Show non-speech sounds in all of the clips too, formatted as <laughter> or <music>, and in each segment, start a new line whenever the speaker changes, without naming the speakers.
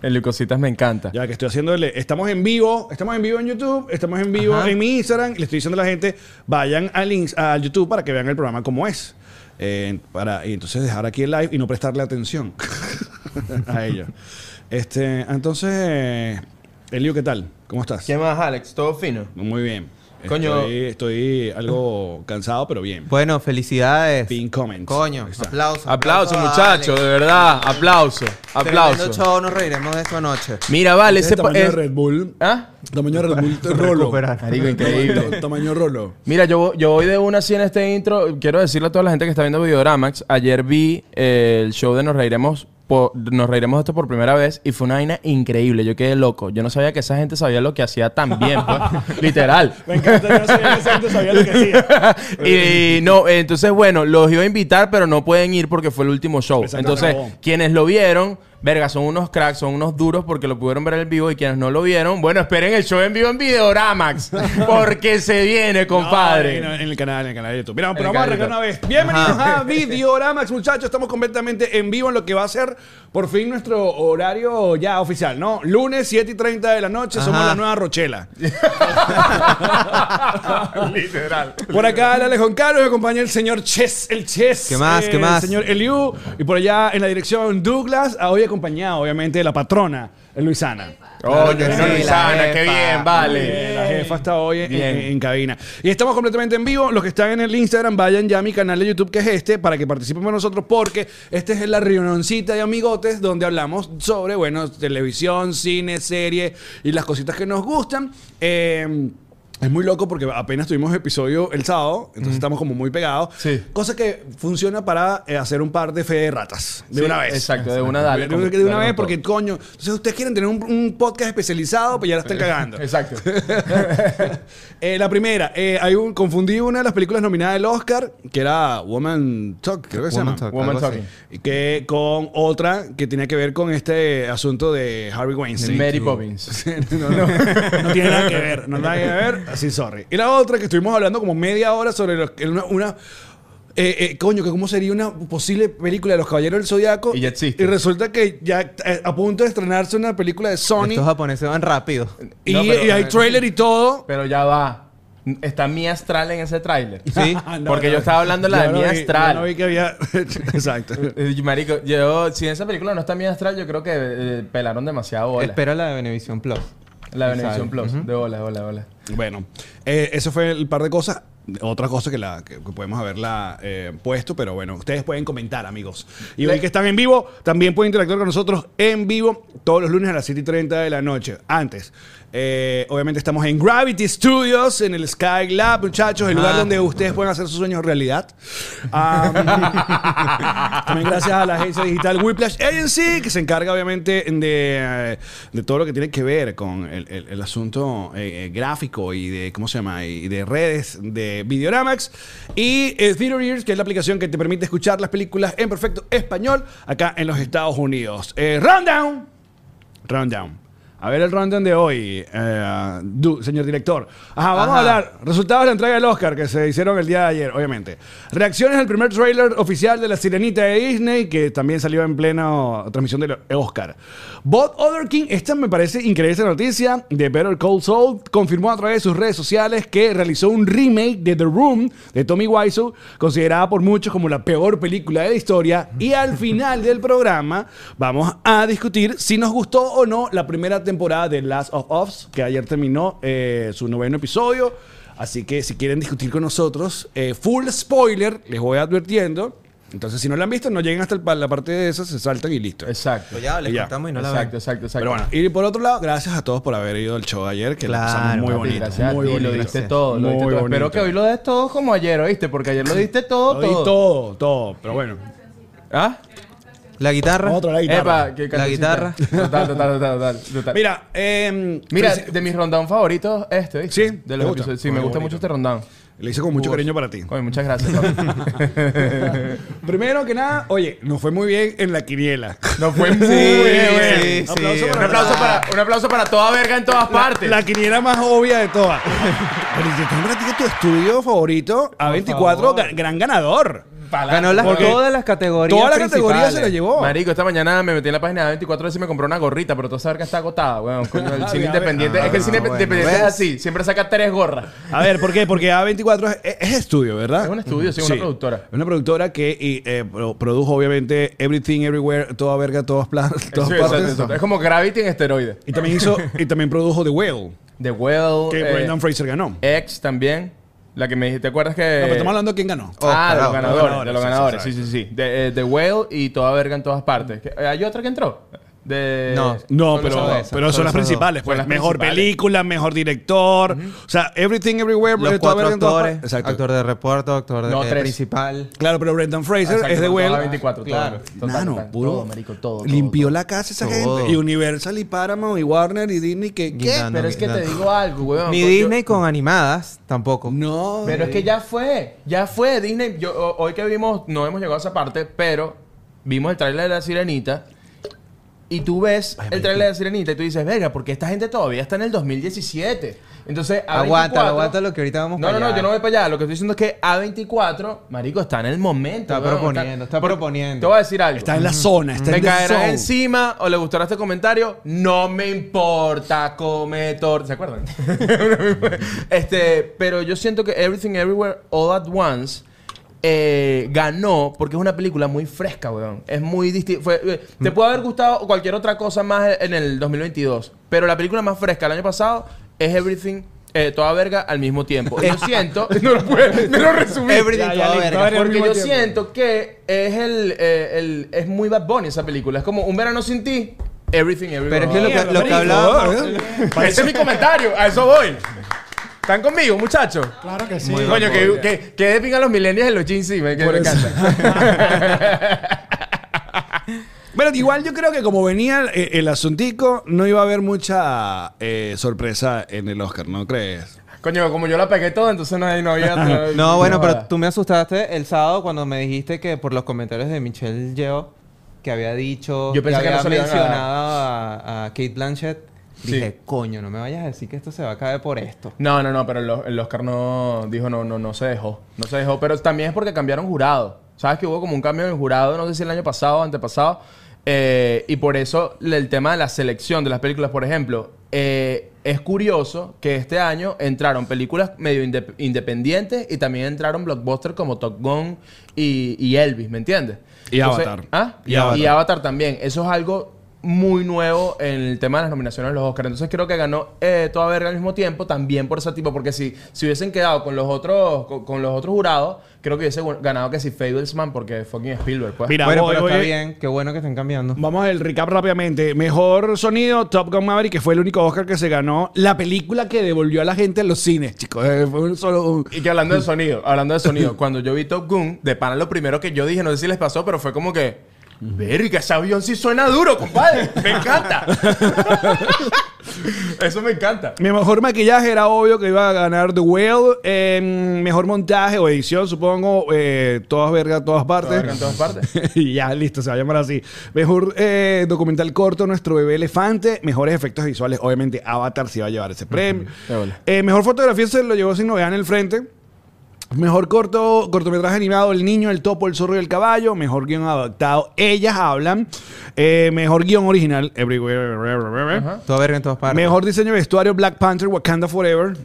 El Leucocitas me encanta.
Ya que estoy haciéndole. Estamos en vivo, estamos en vivo en YouTube, estamos en vivo
Ajá.
en mi Instagram. y Le estoy diciendo a la gente, vayan al, ins- al YouTube para que vean el programa como es. Eh, para, y entonces dejar aquí el live y no prestarle atención <laughs> a ellos. Este, entonces, eh, Elio, ¿qué tal? ¿Cómo estás?
¿Qué más, Alex? ¿Todo fino?
Muy bien.
Coño.
Estoy, estoy algo cansado, pero bien.
Bueno, felicidades.
Pin comments.
Coño,
Ahí está.
aplausos.
Aplauso,
a
muchachos,
Alex.
de verdad. Aplauso,
Tremendo
aplauso.
show, nos reiremos de esta noche.
Mira, vale,
Ese
ese... pa-
tamaño de
eh,
Red Bull.
¿Ah?
Tamaño de Red
<laughs>
Bull Rolo.
Recuperar.
Marico, increíble.
Tamaño- Tamaño Rolo.
Mira, yo, yo voy de una así en este intro. Quiero decirle a toda la gente que está viendo Videoramax. Ayer vi eh, el show de Nos Reiremos. por- nos reiremos de esto por primera vez y fue una vaina increíble. Yo quedé loco. Yo no sabía que esa gente sabía lo que hacía tan bien,
<laughs>
pues. Literal.
Me encanta, yo no sabía que esa gente sabía lo que hacía.
<laughs> y no, entonces, bueno, los iba a invitar, pero no pueden ir porque fue el último show.
Exacto,
entonces,
acabó.
quienes lo vieron, verga, son unos cracks, son unos duros porque lo pudieron ver en vivo. Y quienes no lo vieron, bueno, esperen el show en vivo en
<laughs>
Videoramax. Porque se viene, compadre.
No, en, en el canal, en el canal de YouTube. Mira,
el
pero vamos
canal
a
de
arrancar una vez. Bienvenidos a Videoramax, muchachos. Estamos completamente en vivo en lo que va a ser por fin nuestro horario ya oficial, ¿no? Lunes, 7 y 30 de la noche, somos
Ajá.
la nueva Rochela. Literal. Por acá el Alejón Carlos, me acompaña el señor Ches, el Ches.
¿Qué más? ¿Qué más?
El señor Eliu. Y por allá en la dirección Douglas, ah, hoy acompañado, obviamente, de la patrona, Luisana.
Oye,
Claro que
vino
sí, la
Luisana, qué
jefa.
bien,
Eh,
vale.
La jefa está hoy en,
Bien.
en- en cabina. Y estamos completamente en vivo. Los que están en el Instagram, vayan ya a mi canal de YouTube, que es este, para que participen con nosotros, porque este es la reunioncita de amigotes donde hablamos sobre, bueno, televisión, cine, serie y las cositas que nos gustan. Eh, es muy loco porque apenas tuvimos episodio el sábado, entonces estamos como muy pegados.
Sí.
Cosa que funciona para eh, hacer un par de fe de ratas de
Sí,
una vez.
Exacto, de una dale.
De una- de una vez, porque coño, entonces ustedes quieren tener un, un podcast especializado, pues ya la están cagando. <laughs>
Exacto.
Eh, la primera, eh, hay un, confundí una de las películas nominadas del Oscar, que era Woman Talk, creo que se llama.
Woman Talk,
Woman
algo
Talking.
así.
Y Que con otra que tenía que ver con este asunto de Harvey Weinstein.
Mary
<laughs>
Poppins.
no, no, no tiene nada que ver, no tiene nada que ver, así sorry. Y la otra que estuvimos hablando como media hora sobre los- una, una- eh, eh, coño, que cómo sería una posible película de los Caballeros del Zodiaco.
Y ya existe.
Y resulta que ya eh, a punto de estrenarse una película de Sony
Estos japoneses van rápido.
y,
No, pero-
y hay trailer y todo.
Pero ya va. Está Mia Astral en ese tráiler.
Sí.
<laughs> Ah,
Porque yo estaba hablando de la
Yo
de
no
Mia
vi- yo
Astral.
no vi que había. <laughs> Exacto.
<laughs> Eh, Marico, yo, si en esa película no está Mia Astral, yo creo que eh, pelaron demasiado bola.
Espera la de Benevisión Plus.
La Benediction
Exacto.
Plus. De bola, bola, bola.
Bueno, eh, eso fue el par de cosas. Otra cosa que, la, que- que podemos haberla eh, puesto, pero bueno, ustedes pueden comentar, amigos. Y hoy
Le-
que están en vivo, también pueden interactuar con nosotros en vivo todos los lunes a las 7 y 30 de la noche. Antes, eh, obviamente estamos en Gravity Studios, en el Sky Lab, muchachos, el lugar
Ah.
Ajá.
donde ustedes pueden hacer sus sueños
<laughs>
realidad. Am, también gracias a la agencia digital Whiplash Agency, que se encarga obviamente de, eh, de todo lo que tiene que ver con el, el- el asunto eh, eh, gráfico y de, ¿cómo se llama? Y de redes de Videoramax. Y eh, Theater Ears, que es la aplicación que te permite escuchar las películas en perfecto español acá en los Estados Unidos. Eh, rundown. Rundown. A ver el rundown de hoy, eh, du- señor director. Ajá, vamos a
Ajá.
hablar Resultados de la entrega del Oscar que se hicieron el día de ayer, obviamente. Reacciones al primer tráiler oficial de La Sirenita de Disney, que también salió en plena transmisión del Oscar. Bob Otherkin, esta me parece increíble esta noticia, de Better Call Saul, confirmó a través de sus redes sociales que realizó un remake de The Room de Tommy Wiseau, considerada por muchos como la peor película de la historia.
<laughs>
Y al final del programa vamos a discutir si nos gustó o no la primera temporada de Last of Us, que ayer terminó eh, su noveno episodio. Así que si quieren discutir con nosotros, eh, full spoiler, les voy advirtiendo. Entonces, si no la han visto, no lleguen hasta el pa- la parte de esa, se saltan y listo.
Exacto.
Pues ya, les
Ya.
contamos y no la
exacto,
ven.
exacto, exacto.
Pero bueno, y por otro lado, gracias a todos por haber ido al show ayer, que la
Claro,
pasamos muy
papi,
bonito.
Gracias
muy
a ti,
bonito.
lo diste
Gracias.
todo, lo diste
Muy
todo. Espero
bonito.
que hoy lo des todo como ayer, ¿oíste? Porque ayer lo diste todo,
Lo di
todo.
todo, todo. Pero bueno,
¿Ah?
La guitarra.
otra la guitarra.
Epa, qué
La
cancioncita.
guitarra.
<laughs> Total, total, total, total, total.
Mira, eh,
Mira,
le hice-
de mis rundown favoritos, este, ¿viste?
Sí,
de
¿te
los
gusta?
episodios. Sí,
Muy
me gusta
bonito.
mucho este rundown.
le hice con mucho cariño para ti.
Oye, muchas
<laughs>
gracias. papi.
Primero que nada, oye, nos fue muy bien en la quiniela.
Nos fue muy bien.
sí, sí,
Aplauso
es
para-
Un aplauso, para, un aplauso para toda verga en todas partes.
La quiniela más obvia
<laughs>
de todas. Pero si tú en ratito tu estudio favorito, A24,
favor.
ga- gran ganador.
Ganó las-
Porque
todas las categorías.
Toda la categoría se la
principales.
llevó.
Marico, esta mañana me metí en la página de 24 horas y me compré una gorrita, pero tú sabes que está agotada, weón. Coño,
<laughs>
el cine
Ah,
independiente. es que el cine
bueno,
independiente es
¿ves?
así. Siempre saca tres gorras.
A ver, ¿por qué? Porque A24 es, es estudio, ¿verdad?
Es un estudio, sí, una productora.
Es una productora que y, eh, pro- produjo, obviamente, Everything, Everywhere, toda verga, todas, pla- todas
Sí,
partes.
exacto, exacto. Es como Gravity en esteroides.
Y también hizo, y también produjo The Whale,
The Well.
que
eh,
Brendan Fraser ganó.
Ex también. La que me dijiste, ¿te acuerdas que.?
No, pero estamos hablando de quién ganó.
ah, de los
Oscar,
ganadores, de los ganadores, sí,
sí,
sí, sí. De, eh, The Whale y toda verga en todas partes. ¿Qué- ¿Hay otra que entró? De...
No.
No,
Solo
pero,
son
pero son
esas, solo
las
son dos.
principales. Pues.
Son las
mejor
principales.
película, mejor director. O sea, Everything, Everywhere,
Los
eh, toda
cuatro
verga en todas partes.
actores.
Exacto.
Actor de reparto, actor de
No,
eh,
tres.
principal.
Claro, pero Brendan Fraser
Exacto,
es de
toda
Whale.
24,
Claro.
Todo, Total,
Nano,
total,
puro.
todo, marico, todo, todo,
limpió
todo.
la casa esa
Todo.
gente. Y Universal y Paramount y Warner y Disney que... ¿qué?
Guindando,
Pero es que te
guindando.
digo algo, weón.
Ni
Yo-
Disney con animadas tampoco.
No.
Pero es que ya fue, ya fue Disney. Yo, o- hoy que vimos, no hemos llegado a esa parte, pero vimos el tráiler de La Sirenita. Y tú ves el tráiler de La Sirenita y tú dices, verga, porque esta gente todavía está en el 2017. Entonces, A24...
Aguanta, aguanta lo que ahorita vamos
No,
para
no, no,
allá.
yo no voy para allá. Lo que estoy diciendo es que A24, marico, está en el momento.
Está
weón.
proponiendo, está
porque-
proponiendo.
Te voy a decir algo.
Está en la zona, está
me
en la
caerás
zona.
encima o le gustará este comentario. No me importa, come torta. ¿Se acuerdan? <laughs> este, pero yo siento que Everything Everywhere All at Once eh, ganó porque es una película muy fresca, weón. Es muy distinta. Te puede haber gustado cualquier otra cosa más en el 2022, pero la película más fresca del año pasado es Everything. eh, toda verga al mismo tiempo. Y
<laughs>
Yo siento. no lo puedo, no lo resumí.
Everything,
Ya, ya,
toda
listo,
verga.
ahora- al
Porque
mismo
yo
tiempo.
siento que es el, eh, el- es muy Bad Bunny esa película. Es como un verano sin ti, everything, everything.
Pero es que lo que, lo que
Marico,
hablábamos.
¿eh?
Ese es mi comentario, a eso voy. ¿Están conmigo, muchachos?
Claro que sí.
Coño, que, que, que de pinga los millennials en los jeans, sí, me, que me encanta.
Bueno, igual yo creo que como venía eh, el, asuntico, no iba a haber mucha eh, sorpresa en el Oscar, ¿no crees?
<laughs> Coño, como yo la pegué toda, entonces no, ahí no había... otra-
<laughs> No, bueno, pero
joda.
tú me asustaste el sábado cuando me dijiste que por los comentarios de Michelle Yeo que había dicho
Yo pensé que
había
no se lo iban a dar.
mencionado a, a Kate Blanchett.
Sí.
Dije, coño, no me vayas a decir que esto se va a caer por esto.
No, no, no, pero el, el Oscar no dijo, no, no, no se dejó. No se dejó, pero también es porque cambiaron jurado. ¿Sabes que hubo como un cambio en el jurado, no sé si el año pasado o antepasado? eh, y por eso el tema de la selección de las películas, por ejemplo, eh, es curioso que este año entraron películas medio indep- independientes y también entraron blockbusters como Top Gun y, y Elvis, ¿me entiendes?
Y Avatar.
¿ah?
Y
Y, Avatar.
Avatar.
y Avatar también. Eso es algo muy nuevo en el tema de las nominaciones de los Oscars. Entonces creo que ganó eh, toda verga al mismo tiempo también por ese tipo. Porque si, si hubiesen quedado con los otros con, con los otros jurados, creo que hubiese gu- ganado que si Fablesman porque fucking Spielberg, pues.
Mira,
bueno,
voy-
pero está
voy-
bien, qué bueno que estén cambiando.
Vamos al recap rápidamente. Mejor sonido, Top Gun Maverick, que fue el único Oscar que se ganó. La película que devolvió a la gente a los cines, chicos. Eh, fue un solo... un-
Y que hablando de sonido, hablando de sonido, <laughs> cuando yo vi Top Gun, de pana lo primero que yo dije, no sé si les pasó, pero fue como que, verga, ese avión sí suena duro, compadre. Me encanta. <laughs> Eso me encanta.
Mi mejor maquillaje era obvio que iba a ganar The Whale. Eh, mejor montaje o edición, supongo. eh, todas vergas, todas partes.
Toda verga en todas partes.
<laughs> y ya, listo, se va a llamar así. Mejor eh, documental corto, Nuestro Bebé Elefante. Mejores efectos visuales, obviamente Avatar se va a llevar ese premio.
de bola.
Eh, mejor fotografía se lo llevó Sin Novedad en el Frente. Mejor corto, cortometraje animado, El Niño, El Topo, El Zorro y el Caballo. Mejor guión adaptado, Ellas Hablan. Eh, mejor guión original, Everywhere.
Ajá.
Toda verga en todas partes.
Mejor diseño de vestuario, Black Panther, Wakanda Forever.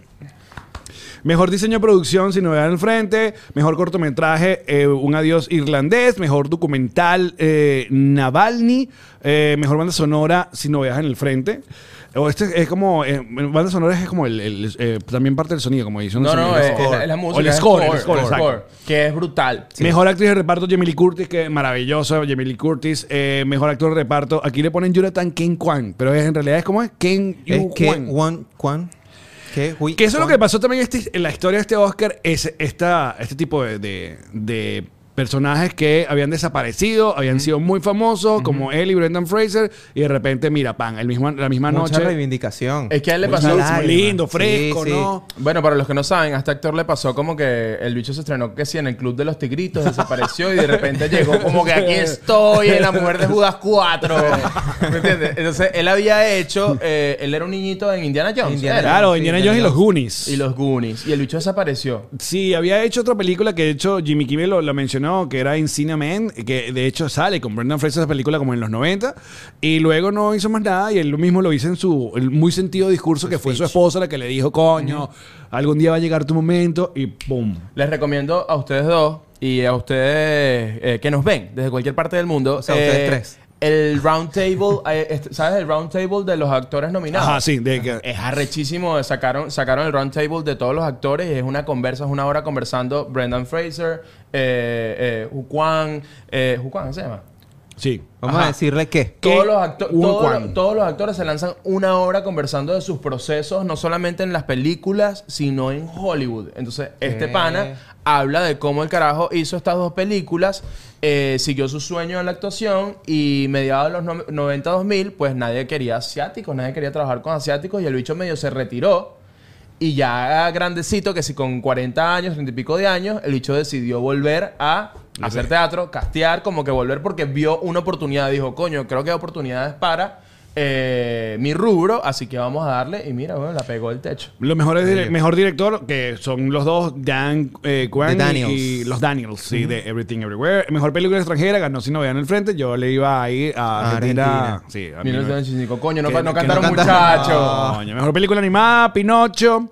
Mejor diseño de producción, sin novedad en el frente. Mejor cortometraje, eh, Un Adiós Irlandés. Mejor documental, eh, Navalny. Eh, mejor banda sonora, sin novedad en el frente. O este es como. eh, banda sonora es como el, el, eh, también parte del sonido, como edición de
No,
sonido.
no,
El
es,
score.
es la, es la música.
O el
es
score, el score,
el
exacto.
score, que es brutal.
Mejor actriz de reparto, Jamie Curtis, que maravillosa, Jamie Curtis. Eh, mejor actor de reparto, aquí le ponen Jonathan Ken Kwan, pero es- en realidad es como es Ken
es
Yu
que
Kwan.
Juan, Juan, que Hui-
Que eso es lo
Juan.
que pasó también este- en la historia de este Oscar, es esta, este tipo de, de- de personajes que habían desaparecido, habían sido muy famosos, como él y Brendan Fraser, y de repente, mira, pan, el mismo, la misma
Mucha
noche.
reivindicación.
Es que a él le
Mucha
pasó.
luz, muy lindo,
Sí,
fresco,
sí.
¿no?
Bueno, para los que no saben, a este actor le pasó como que el bicho se estrenó que sí en el Club de los Tigritos, desapareció y de repente llegó como que aquí estoy en La Mujer de Judas 4. ¿Me entiendes? Entonces, él había hecho, eh, él era un niñito en Indiana Jones.
Indiana
¿era?
Claro,
Sí,
Indiana
Indiana
Jones y los
Jones.
Goonies.
Y los Goonies. Y el bicho desapareció.
Sí, había hecho otra película que de hecho Jimmy Kimmel lo, lo mencionó mencionó, que era Encina Man, que de hecho sale con Brendan Fraser esa película como en los 90, y luego no hizo más nada, y él mismo lo dice en su el muy sentido discurso, que fue su esposa la que le dijo, coño, algún día va a llegar tu momento, y ¡pum!
Les recomiendo a ustedes dos y a ustedes eh, que nos ven desde cualquier parte del mundo. eh,
sea, ustedes tres.
El round table, <laughs> eh, este, ¿sabes? El round table de los actores nominados.
Ajá, sí, de que-
Es arrechísimo. eh, Sacaron, sacaron el round table de todos los actores y es una conversa, es una hora conversando Brendan Fraser, eh, eh, Hu Quan, eh, ¿Hu Quan se llama?
sí.
Vamos
Ajá.
a decirle que.
¿Qué?
Todos los, acto-
Un
todos
Juan.
los- todos los actores se lanzan una hora conversando de sus procesos, no solamente en las películas, sino en Hollywood. Entonces,
Eh.
este pana habla de cómo el carajo hizo estas dos películas, eh, siguió su sueño en la actuación y mediados de los no- 90 2000, pues nadie quería asiáticos, nadie quería trabajar con asiáticos y el bicho medio se retiró. Y ya grandecito, que si con 40 años, 30 y pico de años, el bicho decidió volver a hacer teatro, castear, como que volver porque vio una oportunidad. Dijo, coño, creo que hay oportunidades para eh, mi rubro, así que vamos a darle. Y mira, bueno, la pegó el techo.
Lo mejor, es dire- mejor director, que son los dos, Dan eh, Kwan
The
y-
Daniels.
y los Daniels, sí, de Everything Everywhere. Mejor película extranjera, ganó Sin Novedad en el Frente. Yo le iba ahí a Argentina.
Argentina.
Sí, a mí no-
1985, coño, no,
que-
pa- no
que no Ah.
cantaron
cantaron.
muchachos.
Coño, mejor película animada, Pinocho,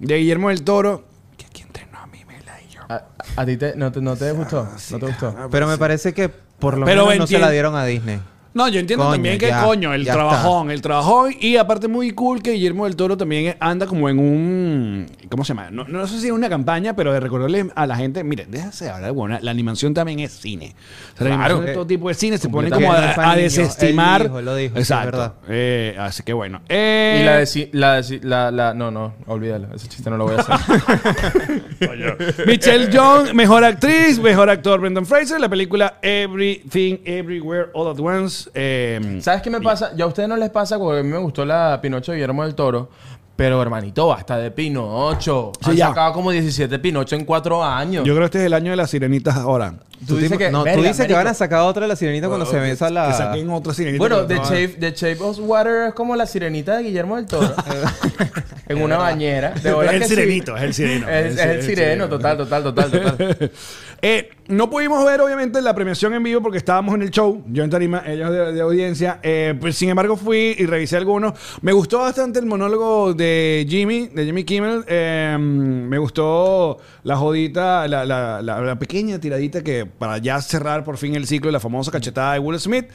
de Guillermo del Toro. Que aquí entrenó a mí, Mela y yo.
A, a ti te, no, te, no te gustó, no te gustó.
Pero me parece que por lo
Pero
menos no se
entiendo-
la dieron a Disney.
No, yo entiendo
Coño,
también que,
ya,
coño, el
ya
trabajón, el trabajón. Y aparte muy cool que Guillermo del Toro también anda como en un... ¿Cómo se llama? No, no sé si es una campaña, pero de recordarle a la gente, miren, déjase hablar de buena, la animación también es cine. O sea, la animación es todo tipo de cine, se pone como
Completamente.
a, a
Él
desestimar.
dijo, él lo dijo, sí, es verdad.
Exacto. Eh, así que bueno. Eh,
Y la de... si- La de si- la, la, no, no, olvídalo. Ese chiste no lo voy a hacer.
Michelle Young, mejor actriz, mejor actor Brendan Fraser, la película Everything, Everywhere, All at Once. eh,
¿Sabes qué me pasa? Ya a ustedes no les pasa porque a mí me gustó la Pinocho de Guillermo del Toro. Pero, hermanito, basta de Pinocho.
Sí,
Han
ya.
sacado como 17 Pinocho en 4 años.
yo creo que este es el año de las sirenitas ahora.
tú dices que...
no, tú
verga,
dices que
marico.
van a sacar otra de la sirenita cuando se venza la.
Que saquen otra sirenita.
Bueno,
pero
the
no,
shape, the Shape of Water es como la sirenita de Guillermo del
<laughs>
Toro. en una bañera. De bola
Es el
que sí.
sirenito, es el sireno.
Es, es el sireno, total, total, total, total.
<laughs> Eh, no pudimos ver, obviamente, la premiación en vivo porque estábamos en el show. Yo en Tarima, ellos de, de audiencia. Eh, pues, sin embargo, fui y revisé algunos. Me gustó bastante el monólogo de Jimmy, de Jimmy Kimmel. Eh, me gustó la jodita, la, la- la- la pequeña tiradita que para ya cerrar por fin el ciclo de la famosa cachetada de Will Smith.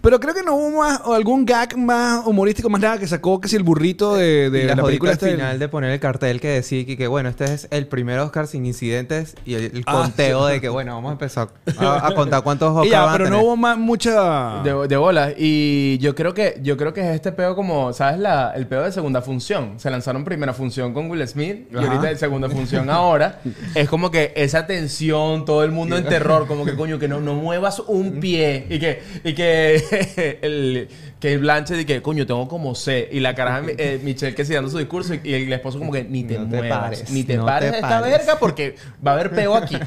Pero creo que no hubo más, o algún gag más humorístico, más nada que sacó que si el burrito de, de
y
la, película
la, película al
esta del-
final de poner el cartel que decía que, que, bueno, este es el primer Oscar sin incidentes y el, el
Ah,
conteo de que bueno, vamos a empezar a, a contar cuántos
Y
Oscars
ya,
van a
pero no
tener.
hubo más,
Ah.
mucha.
De, de bolas. Y yo creo que yo creo que es este peo como, ¿sabes? La, el peo de segunda función. Se lanzaron primera función con Will Smith y
Ajá.
ahorita de segunda función
<laughs>
ahora. es como que esa tensión, todo el mundo en terror, como que coño, que no, no muevas un pie. Y que, y que <laughs> el que Blanche de que coño, tengo como C. Y la cara eh, Michelle que sigue dando su discurso y, y el esposo como que ni te
No te
muevas.
pares,
ni te
no
pares
te
de esta
pares".
verga porque va a haber peo
<laughs>
aquí.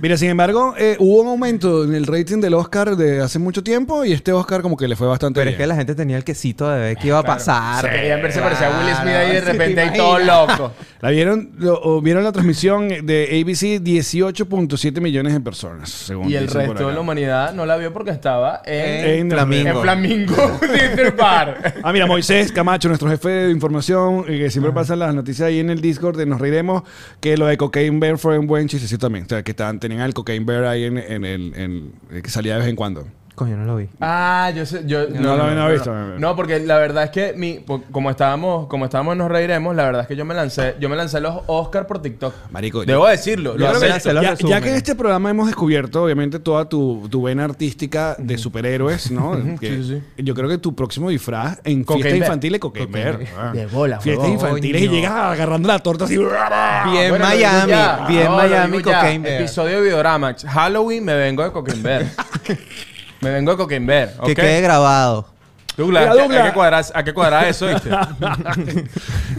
Mira, sin embargo, eh, hubo un aumento en el rating del Oscar de hace mucho tiempo y este Oscar como que le fue bastante
Pero es
bien.
que la gente tenía el quesito de ver qué iba a pasar.
Se querían verse parecía a Will Smith ahí de
Claro, sí,
repente
¿te
ahí todo
imaginas?
loco.
La vieron, lo- o vieron la transmisión de ABC 18.7 millones de personas, según
Y el
dicen por
resto de
acá.
la humanidad no la vio porque estaba en,
En
en,
En
Flamingo.
Flamingo.
Flamingo <laughs> Theater Bar.
Ah, mira, Moisés Camacho, nuestro jefe de información, eh, que siempre pasan las noticias ahí en el Discord de Nos Reiremos, que lo de Cocaine Bear fue un buen chistecito también. O sea, que estaban, tenían al Cocaine Bear ahí en, en, el- en- eh, que salía de vez en cuando.
Coño, no lo vi.
Ah, yo sé, yo
No lo había visto.
No, No, porque la verdad es que mi, po- como estábamos, como estábamos en nos reiremos, la verdad es que yo me lancé, yo me lancé los Oscar por TikTok.
Marico,
Debo decirlo, lo
Yo creo que
acepto.
hace- se los
ya,
resume.
ya que en este programa hemos descubierto, obviamente, toda tu, tu vena artística de superhéroes, ¿no? Que
sí, sí,
Yo creo que tu próximo disfraz en
Cocaine
fiestas
Bear.
infantiles es Cocaine Bear. Ah.
De bola,
Fiestas
huevón.
infantiles y
Coño.
llegas agarrando la torta así.
Bien
Ah, Bueno, lo digo
Miami,
ya.
bien
No, lo
Miami,
digo ya.
Cocaine Bear.
Episodio de Videoramax. Halloween me vengo de Cocaine
<laughs>
Bear. me vengo de Cocaine Bear, ¿ok?
Que quede grabado.
Douglas,
Mira,
hay que-
Douglas.
Hay, que cuadrar, hay que cuadrar eso, ¿viste?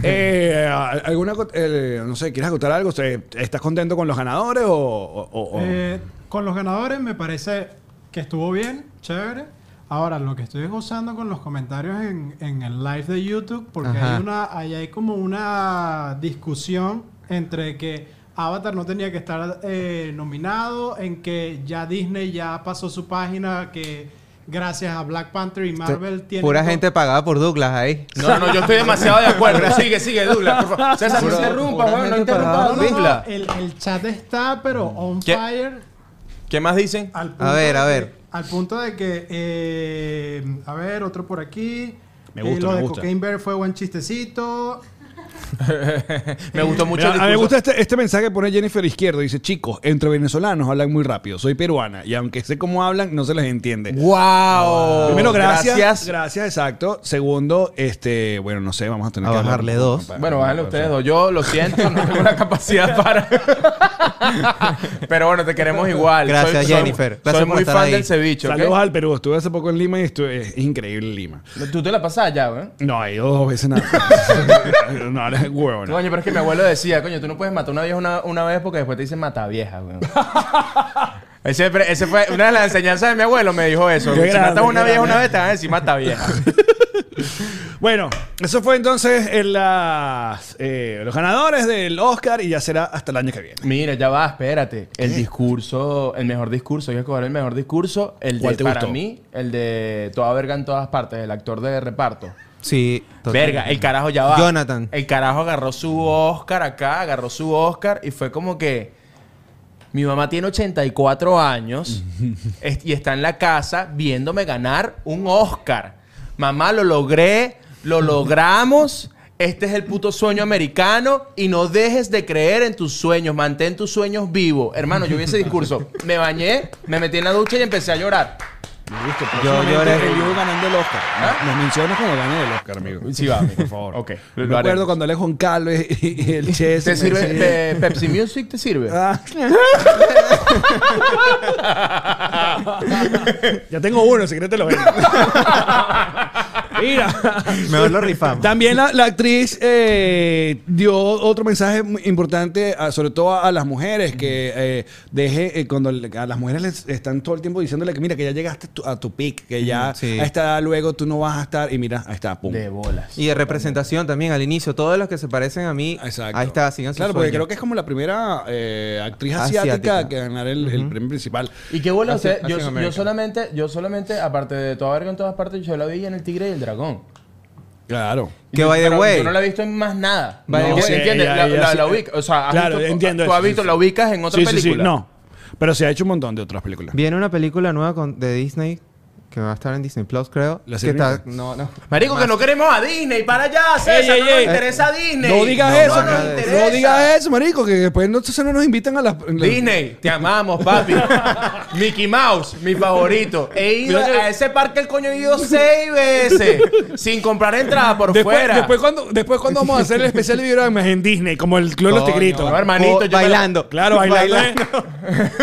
Eh, ¿Alguna. co- eh, no sé, ¿quieres agotar algo? O sea, ¿Estás contento con los ganadores o.? o- o- o-
Eh, con los ganadores me parece que estuvo bien, chévere. Ahora, lo que estoy gozando con los comentarios en, en el live de YouTube, porque
Ajá.
hay una, ahí hay como una discusión entre que Avatar no tenía que estar eh, nominado, en que ya Disney ya pasó su página, que gracias a Black Panther y Marvel tiene...
Pura gente pagada por Douglas ahí.
No, no, yo estoy demasiado de <laughs> acuerdo. sigue, sigue, Douglas, por favor. César, no
Pura-
interrumpa,
pura
weón, no
gente
interrumpa
parada.
a
No, no, no,
Douglas.
el, el chat está, pero
Mm.
on
¿Qué?
fire.
¿Qué más dicen?
Ah,
Al punto
A ver,
de
a
que-
ver.
al punto de que, eh, a ver, otro por aquí. Eh,
Me gusta,
lo
me
de
gusta.
Cocaine Bear fue buen chistecito.
Me gustó mucho
Mira,
el
a mí me
discurso.
gusta este, este mensaje que pone Jennifer Izquierdo. Dice, chicos, entre venezolanos hablan muy rápido. Soy peruana y aunque sé cómo hablan, no se les entiende.
¡Wow!
Primero, gracias, gracias. exacto. Segundo, este, bueno, no sé, vamos a tener
A
que hablar
bajarle
un poco,
dos.
papá.
Bueno, bájale ustedes dos. Yo lo siento, no tengo la <laughs> capacidad para. Pero bueno, te queremos igual.
Gracias, Jennifer.
Soy,
Gracias por
muy
estar
fan
ahí.
del ceviche, ¿ok?
Saludos al Perú. Estuve hace poco en Lima y estuve, es increíble Lima.
Tú te la pasas allá, ¿eh?
No, he ido dos veces nada. <laughs> no, ahora es huevo.
Coño, pero es que mi abuelo decía, coño, tú no puedes matar una vieja una, una vez porque después te dicen mata vieja,
<laughs>
weón. Ese, pre- ese fue una de las enseñanzas de mi abuelo, me dijo eso.
Qué
si
grande,
matas una
qué
vieja una
grande.
vez, te van a decir mata
<laughs>
vieja.
Bueno, eso fue entonces en las, eh, los ganadores del Oscar y ya será hasta el año que viene.
Mira, ya va, espérate. El discurso, el mejor discurso, yo escoger el mejor discurso, el
¿Cuál
de,
te
para
gustó?
mí, el de toda verga en todas partes, el actor de reparto.
Sí. total.
Verga, eh. el carajo ya va.
Jonathan.
El carajo agarró su Oscar acá, agarró su Oscar y fue como que. Mi mamá tiene 84
<laughs>
años est- y está en la casa viéndome ganar un Oscar. Mamá, lo logré, lo logramos. Este es el puto sueño americano y no dejes de creer en tus sueños, mantén tus sueños vivos. Hermano, yo vi ese
<laughs>
discurso. Me bañé, me metí en la ducha y empecé a llorar.
Listo,
Yo lloré.
próximamente El Dibu ganando el Oscar. Nos mencionas como gane del Oscar, amigo.
Sí, va,
por <laughs> favor.
Ok,
Me
lo
acuerdo
haremos.
cuando hablé con Carlos y, y el Chess.
¿Te
me
sirve?
decía-
Pe- ¿Pepsi Music te sirve?
Ah. <laughs> ya tengo uno, si querés te lo vendo. Mira.
Mejor lo rifamos.
También la, la actriz eh, dio otro mensaje muy importante, a- sobre todo a, a las mujeres, que eh, deje, eh, cuando le- a las mujeres les están todo el tiempo diciéndole que mira, que ya llegaste tu- a tu pick, que ya
Sí.
a esta edad luego tú no vas a estar, y mira, ahí está, pum.
De bolas.
Y de representación también al inicio. Todos los que se parecen a mí.
Exacto.
Ahí está, sigan su
Claro, porque
sueño.
creo que es como la primera eh, actriz asiática,
Asiática.
que ganar el, el premio principal.
Y qué bola,
Así-
o sea,
así
yo,
en
yo
América.
solamente, yo solamente, aparte de toda verga en todas partes, yo la vi en El Tigre y el Dragón.
Claro.
Que by the
Pero
way.
Yo no la he visto en más nada.
By the
¿Entiendes?
way.
¿Entiendes?
Sí,
la,
ella-
la-
sí.
la ubica, o sea, has
Claro,
visto-
entiendo
Tú
eso,
has visto,
sí,
la ubicas en otra
Sí, sí,
película.
sí, no. Pero se ha hecho un montón de otras películas.
Viene una película nueva con, de Disney que va a estar en Disney Plus, creo.
La
que está,
Sirenita.
no, no.
Marico, que no queremos a Disney. Para allá, César.
Ey, ey,
no nos
ey.
interesa Disney.
No digas
No
eso,
nos
no
interesa.
no digas eso, marico, que después no, entonces no nos invitan a las...
Disney, te amamos,
<laughs>
papi. Mickey Mouse, mi favorito. He ido
Mira que-
a ese parque, el coño, he ido seis veces. sin comprar entrada por
Después,
fuera.
después cuando, después cuando vamos a hacer el especial de videogramas en Disney, como el Club de los
Coño,
Tigritos.
No, hermanito,
O-
yo me la-
bailando.
Claro, bailando. eh.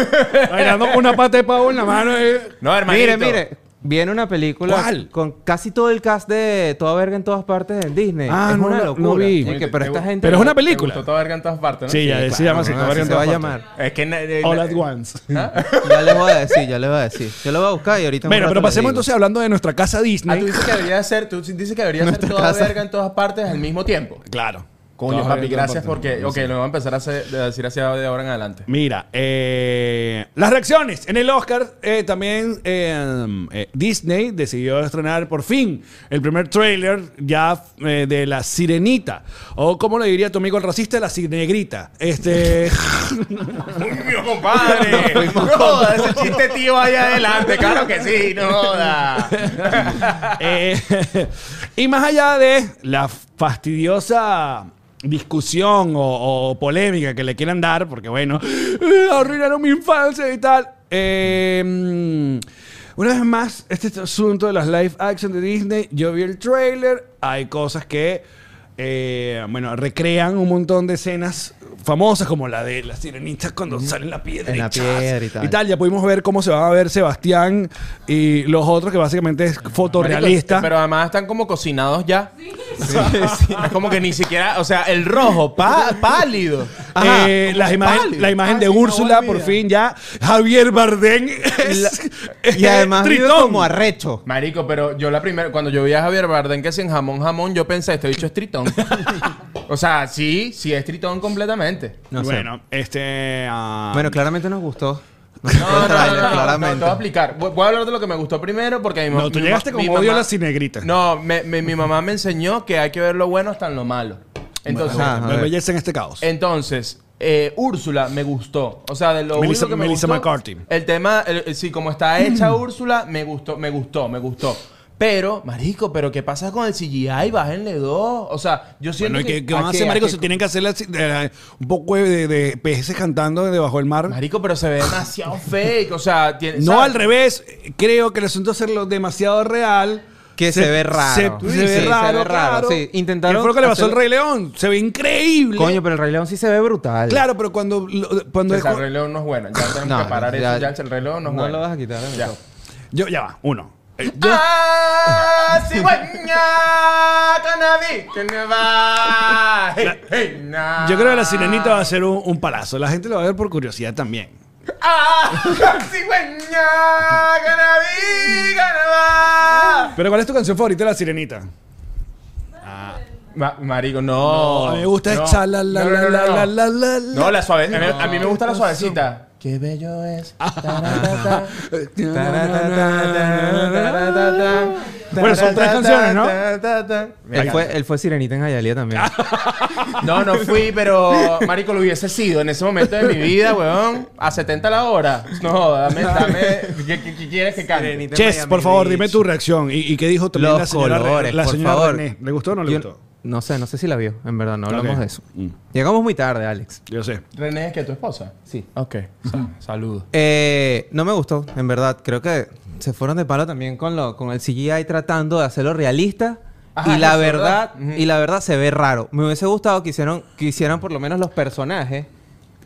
<laughs> bailando con una pata de pavo en la mano. eh.
No, hermanito.
Mire, mire. Viene una película
¿Cuál?
con casi todo el cast de Toda Verga en todas partes en Disney.
Ah,
es
no
una
la- no
locura.
vi.
Y que- pero esta gente.
Pero es una
Te
película.
gustó toda verga en todas partes, ¿no?
Sí, ya, se llama así.
Ah,
Toda Verga
así
en
se va a
todas partes.
llamar.
Es que... na- na- ah,
All at once.
Ya les voy a decir, ya les voy a decir. Yo lo voy a buscar y ahorita. en un
Bueno,
rato
pero
les
pasemos
digo.
entonces hablando de nuestra casa
Ah, tú
Disney.
dices que debería ser... Tú dices que debería ser
Nuestra
toda
casa.
verga en todas partes al mismo tiempo.
Claro.
Coño,
Toda
papi,
Verga en
gracias
todas partes.
porque... Ok, lo voy a empezar a, hacer- a decir hacia de ahora en adelante.
Mira, eh, las reacciones. En el Oscar eh, también eh, eh, Disney decidió estrenar por fin el primer tráiler ya eh, de La Sirenita. O como lo diría tu amigo el racista, La Sinegrita. Este...
<laughs> ¡Coño, compadre! ¡No joda, ese chiste tío ahí adelante! ¡Claro que sí! ¡No joda!
Eh, <laughs> y más allá de la fastidiosa discusión o, o polémica que le quieran dar, porque bueno, eh, arruinaron mi infancia y tal. eh, mm, una vez más, este asunto de las live action de Disney, yo vi el trailer, hay cosas que, eh, bueno, recrean un montón de escenas famosas como la de las sirenitas cuando salen la piedra.
En la piedra y tal.
Y tal, ya pudimos ver cómo se van a ver Sebastián y los otros que básicamente es fotorrealista.
Pero además están como cocinados ya. Es como que ni siquiera... O sea, el rojo, pa- pálido.
Ajá,
Eh,
eh, la, imagen, la imagen
Ah,
de
sí, no,
Úrsula,
olvida.
por fin ya. Javier Bardem es- <laughs>
Y además vive
Tritón.
como arrecho.
Marico, pero yo la primera... Cuando yo vi a Javier Bardem que sin jamón, jamón, yo pensé, este bicho es tritón. O sea, sí, sí es tritón completamente.
No sé.
bueno, este. ah,
Bueno, claramente nos gustó. Nos
No,
gustó
no, no,
el
no,
trailer,
no, no,
claramente.
te voy a explicar. Voy voy a hablar de lo que me gustó primero porque mi ma-
no, tú
mi ma-
llegaste
mi
como odio a
mamá-
la cinegrita.
No, me- me- mi mamá me enseñó que hay que ver lo bueno hasta en lo malo. Entonces,
Ajá, ajá.
La belleza en este caos.
entonces eh, Úrsula me gustó. O sea, de lo
Melissa-
único que me
Melissa
gustó,
McCarthy.
El tema, el- el- sí, como está
<clears throat>
hecha Úrsula, me gustó, me gustó, me gustó. Pero, marico, ¿pero qué pasa con el CGI? Bájenle dos. O sea, yo siento
Bueno, ¿y
que...
qué, qué van a
¿a
hacer,
qué?
marico?
¿A
Se
qué?
tienen que hacer la- de la- un poco de, de peces cantando debajo del mar.
Marico, pero se ve
<laughs>
demasiado fake. O sea, tiene,
no
¿sabes?
al revés. Creo que el asunto es hacerlo demasiado real.
Que se, ve raro.
Se,
Sí,
se ve
sí,
raro, claro.
Sí, intentaron.
¿Qué fue lo que le pasó al
hacer-
Rey León? Se ve increíble.
Coño, pero el Rey León sí se ve brutal.
Claro, pero cuando... lo- cuando
O sea, el Pues
dejó-
reloj no es bueno. Ya tenemos
No,
que parar
ya-
eso. Ya el reloj no es
No
bueno.
lo vas a quitar. de mi
Ya.
top.
Yo, ya va, uno. Eh, yo-
Ah,
<laughs>
cigüeña, cannabis, que me va. Hey, hey, na.
Yo creo que la sirenita va a ser un, un palazo. La gente lo va a ver por curiosidad también.
Ah, cigüeña, cannabis, que me va.
Pero ¿cuál es tu canción favorita de la sirenita?
Ma- marico,
Oh,
no.
A mí me gusta
No.
esa la la
No, no,
la
no,
la
no.
la la la
No,
la.
la suave. a mí- A mí me gusta la suavecita. Qué bello es.
Ah.
Taratata.
Eh, Bueno,
Bueno,
son tres canciones, ¿no?
Él fue, él fue sirenita en Jayalía también.
Ah,
No, no fui, pero Marico lo hubiese sido en ese momento de mi vida, weón. A 70 la hora. No, dame, dame. ¿Qué, qué- qué quieres que cante?
Chess, por favor, dime tu reacción. ¿Y, y qué dijo también la
Los
señora, Re-
colores,
la
por
señora
favor.
René? ¿Le gustó o no le
Yo-
gustó?
No sé, no sé si la vio. En verdad, no hablamos
Ok.
de eso.
Mm.
Llegamos muy tarde, Alex.
Yo sé.
René, ¿es que tu esposa?
Sí.
Ok. Saludos.
Eh, no me gustó, en verdad. Creo que se fueron de palo también con, lo, con el CGI tratando de hacerlo realista.
Ajá,
y la
eso,
verdad,
¿verdad? Ujú.
y la verdad se ve raro. Me hubiese gustado que hicieron, que hicieran por lo menos los personajes,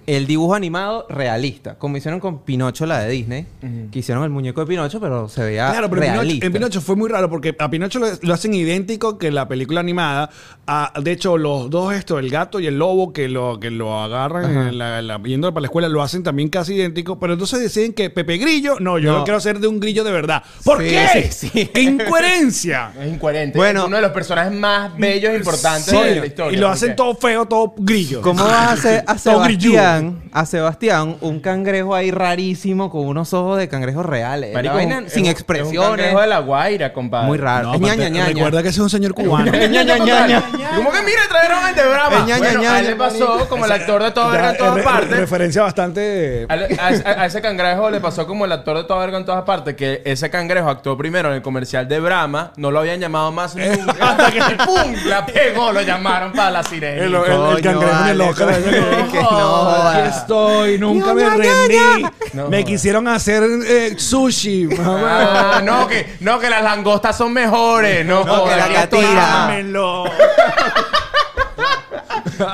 el dibujo animado realista. Como hicieron con Pinocho, la de Disney. Que hicieron el muñeco de Pinocho, pero se veía
Claro, pero en
Ah, realista.
Pinocho, en Pinocho fue muy raro porque a Pinocho lo, lo hacen idéntico que la película animada. Ah, de hecho, los dos, esto, el gato y el lobo que lo, que lo agarran en la- la- yendo para la escuela, lo hacen también casi idéntico. Pero entonces deciden que Pepe Grillo, no, yo
No.
lo quiero hacer de un grillo de verdad. ¿Por
Sí,
qué?
sí, sí.
¡Qué
<laughs>
incoherencia!
Es incoherente.
Bueno.
es uno de los personajes más bellos e importantes
Sí,
de la historia.
y lo
¿por
hacen
qué?
todo feo, todo grillo.
<laughs>
¿Cómo vas a hacer a
Todo grilludo.
Sebastián, a Sebastián un cangrejo ahí rarísimo con unos ojos de cangrejos reales? La
Marico,
vaina
es un-
sin
es un- Es un
expresiones.
cangrejo de la guaira, compadre.
Muy raro.
No,
es ñaña,
aparte,
ñaña.
Recuerda que ese es un señor
<laughs>
cubano.
Es ñaña, ñaña.
¿Cómo que mira, trajeron el de Brahma?
Es ñaña,
Bueno,
ñaña,
a él le pasó
marico.
como el actor de toda verga
Ya,
en todas
re- re-
partes.
Referencia bastante.
A, a- a ese cangrejo le pasó como el actor de toda verga en todas partes, que ese cangrejo actuó primero en el comercial de Brahma, no lo habían llamado más nunca, hasta que ¡pum! la pegó, lo llamaron para la sirena.
El, el- el
Coño,
cangrejo en el
vale,
ojo.
coño, que no joda.
<laughs> Aquí estoy, nunca me rendí.
No
me
joda.
quisieron hacer eh, <laughs> sushi. mamá.
Ah, no, que, no, que las langostas son mejores. No,
No, que
joda,
la
aquí estoy.
catira.
Dámelo.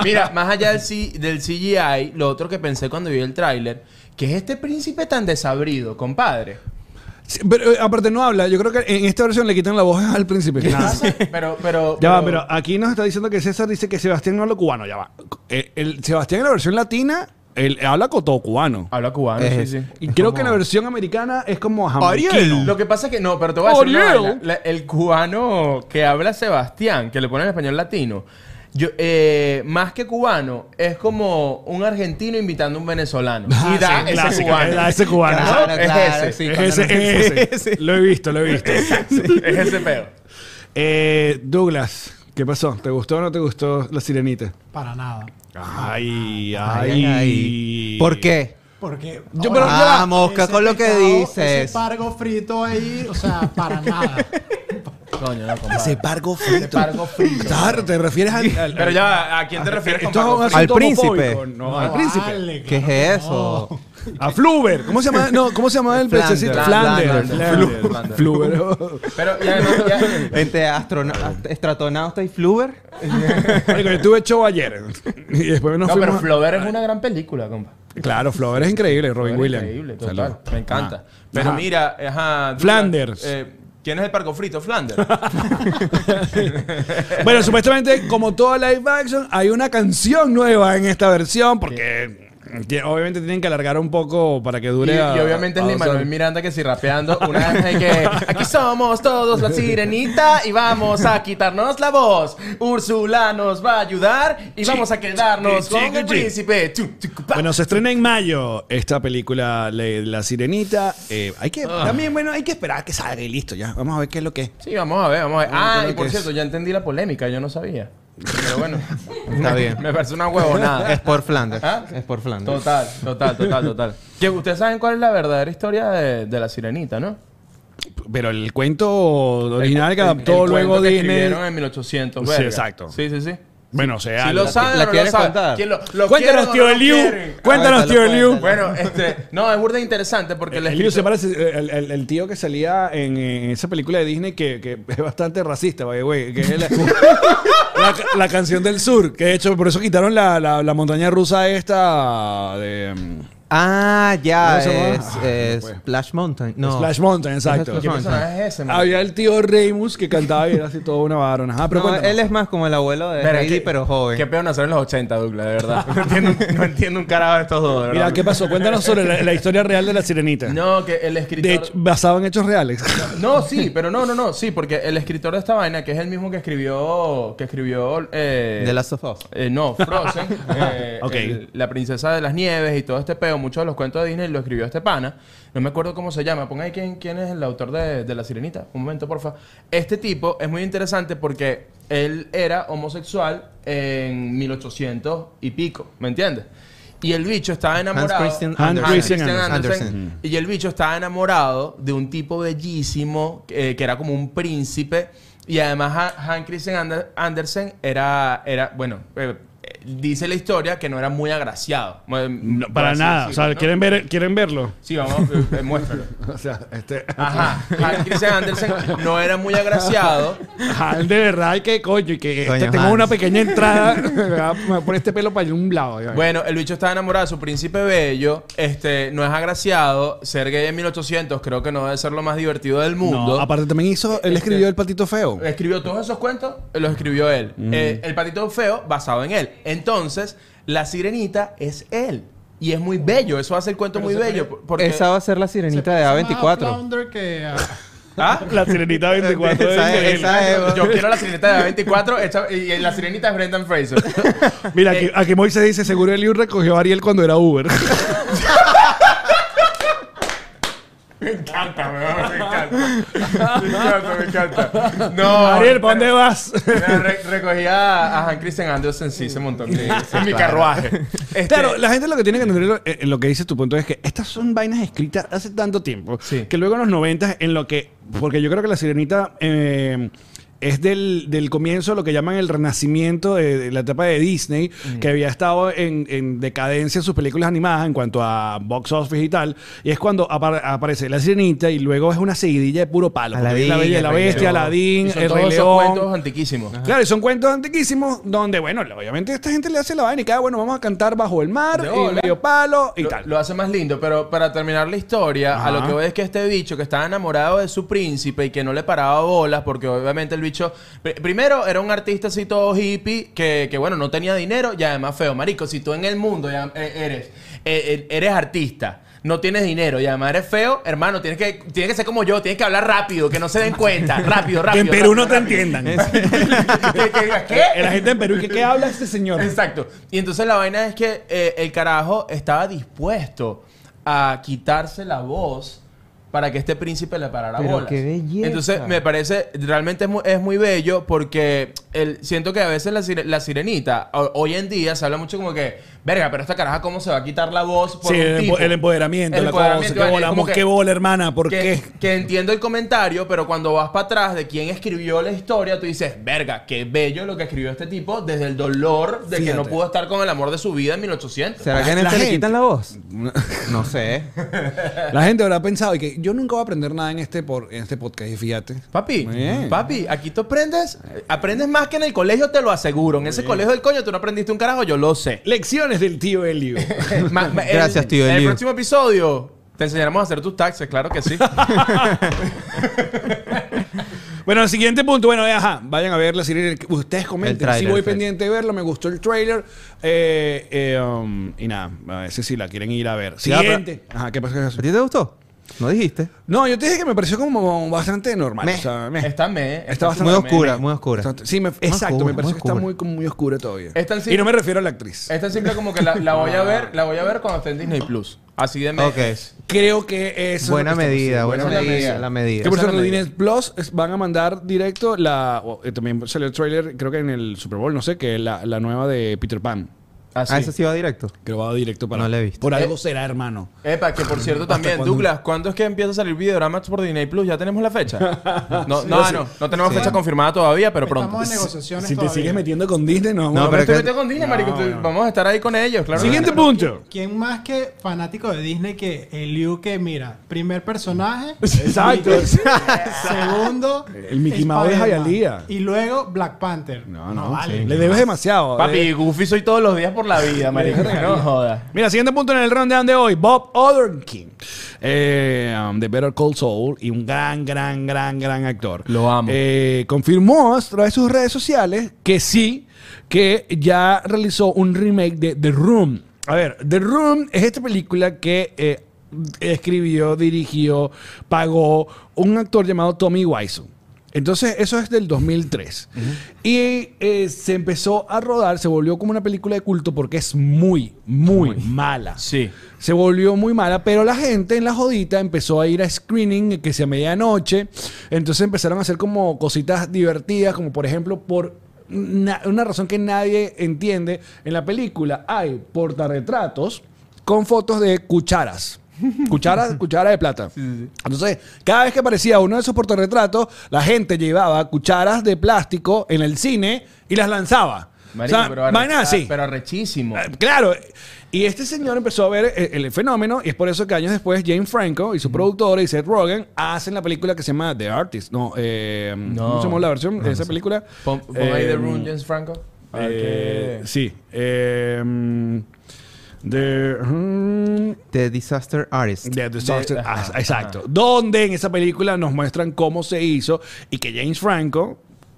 Mira, más allá del, C- del CGI, lo otro que pensé cuando vi el tráiler, que es este príncipe tan desabrido, compadre.
Sí, Pero eh, aparte no habla. Yo creo que en esta versión le quitan la voz al príncipe.
¿Qué
Nada.
pasa? <laughs> Pero, pero,
Ya va, pero aquí nos está diciendo que César dice que Sebastián no habla cubano. Ya va. Eh, el Sebastián en la versión latina él habla con todo cubano.
Habla cubano,
Eh,
sí, sí.
Y creo que en la versión americana es como jamaicano.
Lo que pasa es que no, pero te voy a decir una
Ariel.
vaina. La- el cubano que habla Sebastián, que le pone el español latino, yo, eh, más que cubano, es como un argentino invitando a un venezolano.
Ah,
y
sí,
da ese
clásico,
cubano.
da ese cubano.
Claro,
Claro,
es
claro,
ese.
sí.
Es
cuando
ese, es ese. Lo he visto, lo he
<laughs>
visto.
Es ese pedo.
Eh, Douglas, ¿qué pasó? ¿Te gustó o no te gustó la sirenita?
Para nada.
Ay,
Ay, ay, ay. ¿Por qué?
Porque.
Yo,
ahora,
pero ya va.
Ah, mosca,
ese
con lo que
pescado,
dices.
Ese pargo frito ahí, o sea,
<laughs>
para nada.
Coño, no, compadre.
Ese pargo frito.
Ese pargo frito.
Claro, ¿Te refieres al, al-
Pero ya, ¿a quién te refieres
Esto es un
con pargo
asunto
Al príncipe.
homofóbico. No,
No,
al príncipe.
vale,
¿Qué
claro
es
que
eso?
no.
A Fluber. ¿Cómo se llama? No, ¿cómo se llama el
Flander.
pececito? Flander.
Flander.
Flander.
Flander. Fluber.
frito? Pero, y además,
<laughs>
ya-
Entre astrono- ast- estratonauta y fluber.
Marico, yo estuve show ayer. Y después nos
No, pero
fuimos.
Flover es una gran película, compa.
Claro, Flover es increíble, Robin Williams.
Increíble, total.
Salud.
Me encanta.
Ah.
Pero
Ajá.
mira, ajá. Douglas,
Flanders.
eh, ¿Quién es el parco frito? Flanders.
<laughs> Bueno, supuestamente, como toda live action, hay una canción nueva en esta versión porque Que obviamente tienen que alargar un poco para que
Y,
dure. a-
y obviamente es
a
Lin
dos
Manuel
años.
Miranda que si rapeando una vez hay que aquí somos todos la sirenita y vamos a quitarnos la voz. Úrsula nos va a ayudar y vamos a quedarnos
chi-
con el
chi-
príncipe. Chu, chu, pa.
Bueno, se estrena en mayo esta película La, La Sirenita. Eh, hay que también bueno hay que esperar a que salga y listo ya. Vamos a ver qué es lo que es.
Sí, vamos a ver, vamos a ver. Ah,
creo
y por
que
cierto, ya entendí la polémica, yo no sabía. Pero bueno,
Está bien.
<laughs> me parece una huevonada.
Es por Flanders.
¿Ah?
Es por Flanders.
Total, total, total, total. <laughs> Que ustedes saben cuál es la verdadera historia de, de la sirenita, ¿no?
Pero el cuento original que
El-
adaptó
el
luego
cuento que
Disney.
escribieron en 1800,
Sí,
verga.
exacto.
Sí, sí, sí.
Bueno, o sea,
Si lo
la-
saben, o
la
no lo
quieren
saben.
contar?
¿Quién lo- lo
Cuéntanos,
quieren o
tío
no lo
Eliu.
quieren?
Cuéntanos, tío
Cuéntalo,
Eliu.
Bueno, este, no, es burda interesante porque el,
El, Eh, Eliu se parece el, el- el tío que salía en, eh, esa película de Disney que, que es bastante racista, by the way, que es la, la ca- la canción del sur, que de hecho por eso quitaron la, la- la montaña rusa esta de mm,
Ah, ya.
¿Cómo se
Es,
llama?
es
Pues.
Splash Mountain. No.
Splash Mountain, exacto.
Splash
¿Qué personaje es ese, man?
Había el tío Remus que cantaba y era así toda una varona. Ah, pero
No,
cuéntanos.
él es más como el abuelo de
Verga,
Heidi,
qué-
pero joven.
Qué peor nacer en los 80, Douglas, de
<laughs>
verdad. No entiendo, un- no entiendo un carajo de estos dos, de verdad.
Mira, ¿qué pasó? Cuéntanos sobre la, la historia real de la sirenita.
No, que el
de
escritor...
hecho, basado en hechos reales.
No, sí, pero no, no, no. Sí, porque el escritor de esta vaina, que es el mismo que escribió... Que escribió... Eh,
De Last of Us.
Eh, no, Frozen, eh,
Ok.
el- la princesa de las nieves y todo este peo, muchos de los cuentos de Disney lo escribió este pana. No me acuerdo cómo se llama. Ponga ahí quién, quién es el autor de, de La Sirenita. Un momento, porfa. Este tipo es muy interesante porque él era homosexual en 1800 y pico, ¿me entiendes? Y el bicho estaba enamorado.
Christian
Hans
Andersen.
Christian
Andersen.
Andersen.
Andersen.
Y el bicho estaba enamorado de un tipo bellísimo eh, que era como un príncipe. Y además Ha- Hans Christian Ander- Andersen era, era bueno, eh, eh, dice la historia que no era muy agraciado. Mu-
No,
por
para
así
nada. O
decirlo,
sea,
¿no?
¿quieren, ver, ¿quieren verlo?
Sí, vamos, eh, eh, muéstralo.
<laughs> O sea, este.
Ajá. Hans Christian Andersen no era muy agraciado.
Ajá, de verdad, hay que coño, y que
Coño,
este, tengo
Hans.
una pequeña
<laughs>
entrada. <laughs> me va a- me va a poner este pelo para un lado. ya.
Bueno, el bicho estaba enamorado de su príncipe bello. Este, no es agraciado. Ser gay en 1800 creo que no debe ser lo más divertido del
No,
mundo.
aparte también hizo, él escribió El Patito Feo.
Escribió todos esos cuentos, los escribió él.
Mm.
Eh, el patito feo, basado en él. Entonces, la sirenita es él. Y es muy bello, eso hace el cuento muy bello. por- Porque...
Esa va a ser la sirenita de A24.
Flounder que a-
¿Ah?
<laughs> La Sirenita 24.
<laughs> Esa
de
es-
él. <laughs>
esa es-
Yo quiero la sirenita de 24 hecha- y la sirenita es Brendan Fraser.
Mira, aquí, aquí Moisés dice: Seguro Eliud recogió a Ariel cuando era Uber.
<laughs> me encanta, weón, me encanta. Me encanta, me encanta. No.
<laughs> <laughs> Ariel, ¿para dónde vas?
Re- recogía a Han Christian Andersen, sí, se montó en mi, <laughs> en mi carruaje. Este,
Claro, la gente lo que tiene que entender lo, eh, lo que dice tu punto es que estas son vainas escritas hace tanto tiempo
Sí.
que luego en los 90 en lo que porque yo creo que la sirenita eh, es del, del comienzo lo que llaman el renacimiento de, de la etapa de Disney, que había estado en, en decadencia en sus películas animadas en cuanto a box office y tal. Y es cuando apar- aparece la sirenita y luego es una seguidilla de puro palo. porque es la
Aladín,
bella y la
el Rey
Este,
bestia,
León.
Aladín,
y son
el
todos
Rey
esos
León.
cuentos antiquísimos.
Claro, y son cuentos antiquísimos donde, bueno, obviamente esta gente le hace la vaina y cada bueno, vamos a cantar bajo el mar,
De
y
bola.
medio palo y
lo,
tal.
lo hace más lindo, pero para terminar la historia,
Ajá.
a lo que voy es que este bicho que estaba enamorado de su príncipe y que no le paraba bolas, porque obviamente el bicho, pr- primero era un artista así todo hippie, que, que, bueno, no tenía dinero y además feo. Marico, si tú en el mundo ya eh, eres, eh, eh, eres artista. No tienes dinero y además eres feo, hermano. Tienes que, tienes que ser como yo, tienes que hablar rápido, que no se den
<laughs>
cuenta. Rápido, rápido.
que en Perú
rápido,
no te
rápido.
entiendan.
Que- que digas, ¿qué?
la gente en Perú, ¿qué, qué habla este señor?
Exacto. Y entonces la vaina es que eh, el carajo estaba dispuesto a quitarse la voz para que este príncipe le parara
Pero
bolas.
qué belleza.
Entonces me parece, realmente es muy, es muy bello porque el, siento que a veces la, sire- la sirenita, o- hoy en día se habla mucho como que, verga, pero esta caraja cómo se va a quitar la voz por
Sí,
un
el,
tipo?"
empo- el empoderamiento,
El
la
empoderamiento,
cosa. Qué
vale,
bola,
como
mos-
que-
qué bola, hermana, ¿por
que,
qué?
que entiendo el comentario, pero cuando vas para atrás de quién escribió la historia, tú dices, verga, qué bello lo que escribió este tipo desde el dolor de que
Fíjate.
no pudo estar con el amor de su vida en 1800.
¿Será que en
La
este le
gente.
quitan la voz? No sé.
<laughs>
La gente habrá pensado y que yo nunca voy a aprender nada en este, por, en este podcast, y fíjate.
Papi,
Muy bien.
papi, aquí tú aprendes, aprendes más que en el colegio, te lo aseguro. En ese colegio del coño tú no aprendiste un carajo, yo lo
<laughs>
sé.
Lecciones del tío Elio. <laughs>
Ma- ma- el-
Gracias, tío
En el
Eliu.
próximo
<laughs>
episodio te enseñaremos a hacer tus taxes, claro que sí.
Bueno, el siguiente punto. Bueno, eh, ajá. Vayan a ver la serie. Ustedes comenten.
El
si
tráiler,
voy
fue.
pendiente de verlo. Me gustó el trailer. Eh, eh, um, y nada. A ver si sí la quieren ir a ver.
Ya, ah, pero-
Siguiente. Ajá, ¿qué pasa?
¿A ti te gustó? No dijiste.
No, yo te dije que me pareció como bastante normal.
Meh.
O sea, meh.
Está me.
Está bastante
Muy oscura,
me-
muy oscura.
Exacto. Sí, me- exacto.
oscura,
me parece
más
que está
oscura.
muy, como muy oscura todavía.
Es tan
y no
simple-
me refiero a la actriz.
Es tan simple como que la, la voy a ver, la voy a ver cuando esté en Disney Plus. Así de me.
Ok.
Creo que eso es.
Buena
lo que está
medida,
pasando.
buena
Esa es la
medida,
medida.
la medida.
Que por
Esa es
cierto,
la
Disney Plus es- van a mandar directo la. o, eh, también salió el trailer, creo que en el Super Bowl, no sé, que la, la nueva de Peter Pan.
Así.
Ah, eso sí va directo.
Que lo va directo para.
No la he visto.
Por algo
Eh.
será, hermano.
Epa, que por cierto también,
cuándo?
Douglas, ¿cuándo es que empieza a salir Videoramax por Disney Plus? ¿Ya tenemos la fecha? <laughs> No, no,
sí.
no, no tenemos fecha confirmada todavía, pero pronto.
Estamos en negociaciones
Si te
todavía.
sigues metiendo con Disney, no.
No,
vamos a
No, pero
pero
estoy
que-
metido con Disney, marico. tú-
bueno.
Vamos a estar ahí con ellos, claro.
Siguiente punto.
¿Quién más que fanático de Disney que el Liu que mira? Primer personaje. <laughs>
Exacto. <laughs>
segundo.
El Mickey Mouse es
Spider-Man,
Hialeah.
Y luego Black Panther.
No, no.
vale.
sí. Le debes demasiado. eh.
Papi, Goofy soy todos los días por la vida, marico. No jodas.
Mira, siguiente punto en el rundown de hoy. Bob Odenkirk. eh, um, de Better Call Saul y un gran, gran, gran, gran actor.
Lo amo.
Eh, confirmó a través de sus redes sociales que sí, que ya realizó un remake de The Room. A ver, The Room es esta película que eh, escribió, dirigió, pagó un actor llamado Tommy Wiseau. Entonces, eso es del 2003. Y eh, se empezó a rodar, se volvió como una película de culto porque es muy, muy mala.
Sí.
Se volvió muy mala, pero la gente en la jodita empezó a ir a screening, que sea medianoche. Entonces empezaron a hacer como cositas divertidas, como por ejemplo, por na- una razón que nadie entiende, en la película hay portarretratos con fotos de cucharas. Cucharas,
<laughs>
cuchara de plata. Entonces, cada vez que aparecía uno de esos portarretratos, la gente llevaba cucharas de plástico en el cine y las lanzaba.
Marico,
o sea,
pero, arre-
vainas así.
ah, pero arrechísimo.
Ah, Claro. Y este señor empezó a ver eh, el, fenómeno y es por eso que años después Jane Franco y su productora y Seth Rogen hacen la película que se llama The Artist. No, eh,
No.
¿cómo se llamó la versión de esa película?
Pon, pon ahí The
Eh,
Room, James Franco. A ver
eh,
qué-
Sí. eh, The... mm,
The Disaster Artist.
de Disaster-
De-
ah, exacto. Donde en esa película nos muestran cómo se hizo y que James Franco,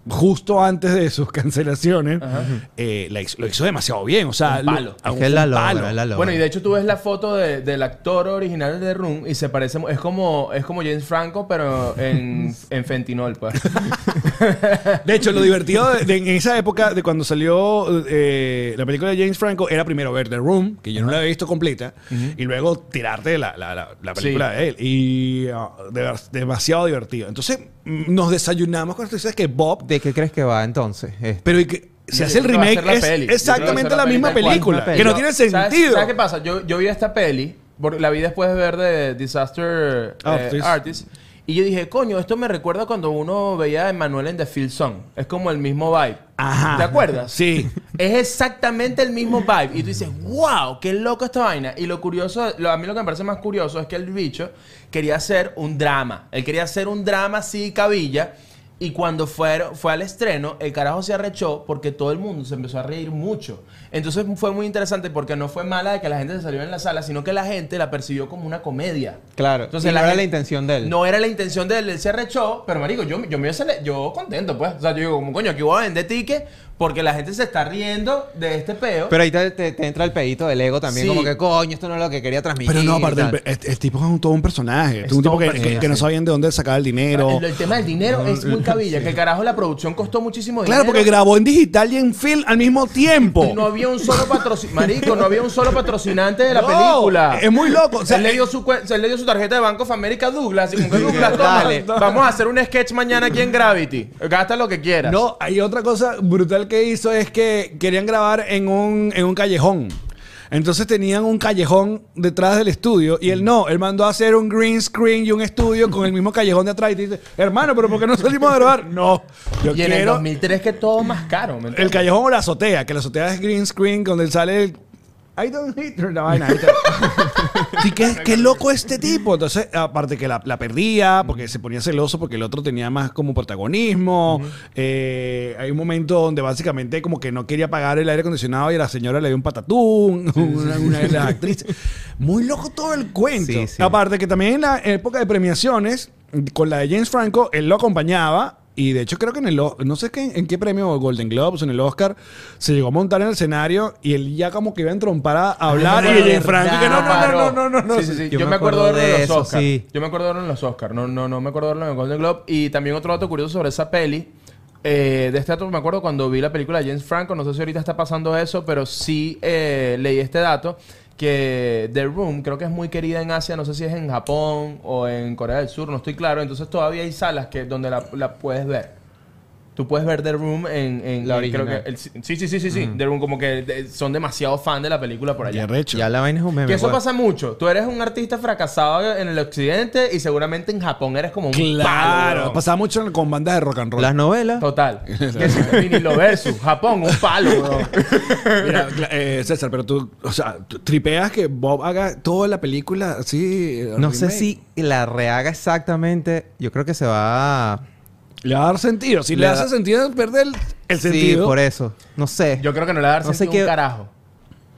justo antes de sus <laughs> cancelaciones, eh, la hizo- lo hizo demasiado bien. O sea,
Un palo.
lo-
Es que
un
la logra,
palo.
la logra.
Bueno, y de hecho tú ves la foto de- del actor original de The Room y se parece... mu- Es como, es como James Franco, pero <laughs> en, en fentinol, pues.
De hecho, lo divertido de, de- en esa época de cuando salió eh, la película de James Franco era primero ver The Room, que yo no la había visto completa, y luego tirarte la, la- la- la película
Sí.
de él. Y ah, de- demasiado divertido. Entonces, mm, nos desayunamos con esto. Dices que Bob,
¿De qué crees que va entonces? Este,
pero y que se
Yo
hace el
creo que va a
remake,
ser la
es
peli. Yo creo que va a ser
exactamente
la
la,
peli
misma
tal cual.
película,
Misma
que no
Yo-
tiene
¿sabes-
sentido.
¿Sabes, qué pasa? Yo, yo vi esta peli, por- la vi después de ver de Disaster eh,
Artist.
Artist. y yo dije, coño, esto me recuerda cuando uno veía a Emanuel en The Field Song. Es como el mismo vibe.
Ajá.
¿Te acuerdas?
Sí.
Es exactamente el mismo vibe. Y tú dices, wow, qué loco esta vaina. Y lo curioso, lo- a mí lo que me parece más curioso es que el bicho quería hacer un drama. Él quería hacer un drama así, cabilla. Y cuando fue, fue al estreno, el carajo se arrechó porque todo el mundo se empezó a reír mucho. Entonces fue muy interesante porque no fue mala de que la gente se salió en la sala, sino que la gente la percibió como una comedia.
Claro.
Entonces,
Y
la
no era
gente-
la intención de él.
No era la intención de él, él se arrechó, pero marico, yo, yo me hubiese le- yo contento, pues. O sea, yo digo, como coño, aquí voy a vender tickets porque la gente se está riendo de este peo.
Pero ahí te, te- te entra el pedito del ego también,
Sí.
como que coño, esto no es lo que quería transmitir.
Pero no, aparte,
tal.
el, este, el- el tipo es un, todo un personaje. Es un
todo
tipo
un
que, que-
personaje.
que no sabían de dónde sacaba el dinero.
el, el tema del dinero es muy cabilla, que carajo la producción costó muchísimo dinero.
Claro, porque grabó en digital y en film al mismo tiempo.
y no había un solo patrocinante, marico, no había un solo patrocinante de la
<laughs> No,
película.
Es muy loco. O sea, eh,
él, le dio su, cuen- él le dio su tarjeta de Bank of America a Douglas y como que Douglas, toma,
dale.
vamos a hacer un sketch mañana aquí en Gravity. Gasta lo que quieras.
No, hay otra cosa brutal que hizo es que querían grabar en un, en un callejón. Entonces tenían un callejón detrás del estudio y él no, él mandó a hacer un green screen y un estudio con el mismo callejón de atrás y te dice, hermano, pero ¿por qué no salimos
<laughs>
a grabar? No, yo
y en el
quiero
2003 que todo más caro. ¿me
el
entiendes?
callejón o la azotea, que la azotea es green screen donde sale el... I don't hate her, la vaina. ahí está. Sí, qué, qué loco este tipo. Entonces, aparte que la, la perdía, porque se ponía celoso, porque el otro tenía más como protagonismo. Eh, hay un momento donde básicamente como que no quería pagar el aire acondicionado y a la señora le dio un patatún, una, una de las actrices. Muy loco todo el cuento.
Sí, sí.
Aparte que también en la época de premiaciones, con la de James Franco, él lo acompañaba Y de hecho creo que en el, O- no sé qué, en qué premio, Golden Globes, en el Oscar, se llegó a montar en el escenario y él ya como que iba a entrompar a hablar y Jane Franco que no, no, no, no, no, no, no.
Sí, sí, sí. Yo, me acuerdo de verlo en los
eso,
Oscars.
sí.
Yo me acuerdo de verlo en los Oscars. No, no, no me acuerdo de verlo en el Golden Globe. Y también otro dato curioso sobre esa peli. eh, de este dato me acuerdo cuando vi la película de James Franco. No sé si ahorita está pasando eso, pero sí eh, leí este dato. Que The Room creo que es muy querida en Asia. No sé si es en Japón o en Corea del Sur. No estoy claro. Entonces todavía hay salas que donde la, la puedes ver. Tú puedes ver The Room en... en-
La
en- creo
original.
que el- sí, sí, sí, sí, sí. The Room como que de- son demasiado fan de la película por allá.
Ya recho.
Ya la vaina es un meme.
Que eso
pues.
pasa mucho. Tú eres un artista fracasado en el occidente y seguramente en Japón eres como un palo.
Claro.
weón.
Pasaba mucho con bandas de rock and roll.
Las novelas. <laughs>
Total. Que si vinilo versus Japón, un palo, weón.
Mira, cla- eh, César, pero tú, o sea, tú tripeas que Bob haga toda la película así. eh,
No sé
remake.
si la rehaga exactamente. Yo creo que se va. a-
Le va a dar sentido. Si le,
Le da-
hace sentido perder el, el sentido.
Sí, por e- eso. No sé.
Yo creo que no le va a dar
No sé
sentido
qué-
un carajo.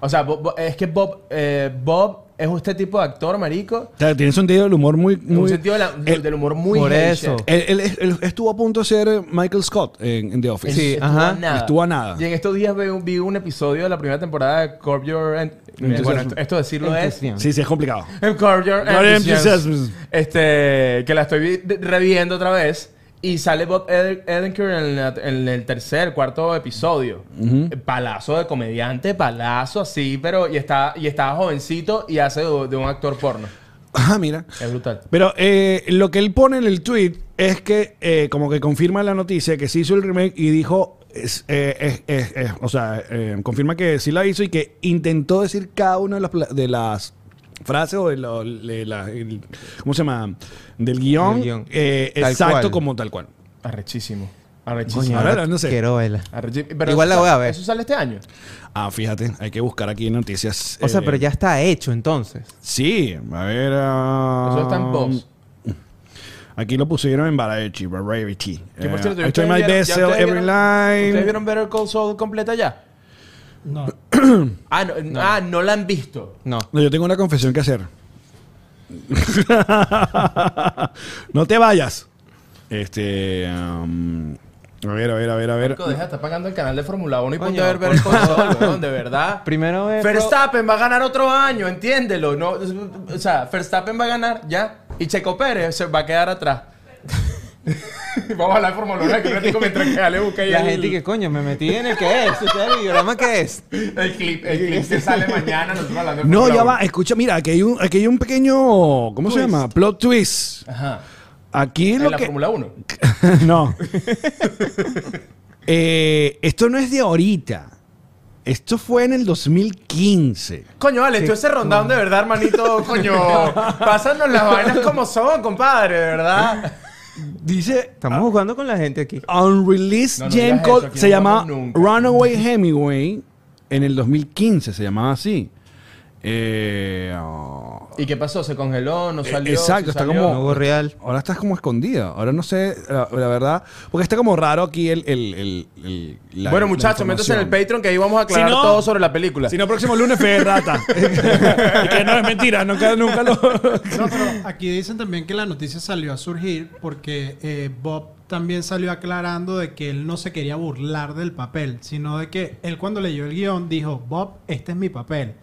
O sea, Bob- Bob- es que Bob, eh, Bob es este tipo de actor, marico.
O sea, tiene un sentido del humor muy.
Un
muy
sentido de la-
Eh,
del humor muy
por
hate
eso.
shit.
él, él- él estuvo a punto de ser Michael Scott en, en The Office.
Él
Sí,
estuvo
ajá.
a nada.
Estuvo a nada.
Y en estos días vi un, vi un episodio de la primera temporada de Curb Your... Ent- bueno, esto, esto decirlo es...
Entusiasmo.
Sí, sí, es complicado.
El Curb Your
Curb Your
Enthusiasm.
Enthusiasm.
Este, que la estoy vi- de- reviendo otra vez. Y sale Bob Ed- Odenkirk en, la- en el tercer, cuarto episodio. Palazo de comediante, palazo así, pero... Y está, y está jovencito y hace de, de un actor porno.
Ajá, mira.
Es brutal.
Pero eh, lo que él pone en el tweet es que eh, como que confirma la noticia que se hizo el remake y dijo, es- eh, es- es- es- o sea, eh, confirma que sí la hizo y que intentó decir cada una de las, pla- de las frases o de, lo- de la- el- ¿cómo se llama? Del guión,
Del guión.
eh,
Tal
exacto
cual.
como tal cual.
Arrechísimo.
Coño,
Arrechísimo.
Ahora
ahora
no sé.
Quiero verla.
Arrechí-
Igual la voy a ver.
¿Eso sale este año?
Ah, fíjate, hay que buscar aquí noticias.
O sea,
eh,
pero ya está hecho entonces.
Sí, a ver. ah,
Eso está en post.
Aquí lo pusieron en Variety. Variety.
Que, por
Eh,
cierto,
I try
¿ustedes
my
vieron-
best
ya
sell
ustedes
every
vieron-
line.
¿Ustedes vieron Better Call Saul completa ya?
No.
Ah, no, ah, no la han visto.
No.
No, yo tengo una confesión que hacer. <laughs> no te vayas. Este. am, a ver, a ver, a ver, a ver.
Marico, deja, está pagando el canal de Fórmula 1 y ponte
Coño,
a ver
por
Better Call Saul, weón, de verdad.
<laughs> Primero es.
Verstappen va a ganar otro año, entiéndelo. No, o sea, Verstappen va a ganar ya y Checo Pérez se va a quedar atrás. <laughs> Vamos a hablar de Fórmula 1 aquí un ratico mientras que Ale busca ahí
La
el-
gente que coño, me metí en el que es. Usted el videorama que es.
el clip, el clip que sale mañana, nosotros hablando de
No,
Fórmula
ya
1.
va. Escucha, mira, aquí hay un, aquí hay un pequeño. ¿Cómo se
Twist.
llama? Plot twist.
Ajá.
Aquí
En
lo
la
que.
Fórmula 1.
<laughs> no. Eh, esto no es de ahorita. Esto fue en el 2015.
Coño, vale, tú ese rondón de verdad, <laughs> hermanito, coño. Pásanos las vainas como son, compadre, de verdad.
Dice
Estamos jugando con la gente aquí.
Ah, Unreleased
No, no
Jam
digas eso,
Call
aquí
se
no
llamaba
vamos nunca.
Runaway Hemingway en el 2015, se llamaba así. Eh, oh,
¿Y qué pasó? ¿Se congeló? ¿No
Eh,
salió?
exacto,
¿Sí
está
salió?
No
como-
hubo real.
ahora estás como escondida, ahora no sé, la, la verdad, porque está como raro aquí el... el- el- el- la-
bueno,
la
muchachos, métanse en el
información.
Patreon que ahí vamos a aclarar
Si no-
todo sobre la película.
Si no, próximo lunes fe
<laughs>
rata. Y <laughs> que no es mentira, nunca, nunca lo...
No, pero aquí dicen también que la noticia salió a surgir porque eh, Bob también salió aclarando de que él no se quería burlar del papel, sino de que él cuando leyó el guión dijo, Bob, este es mi papel.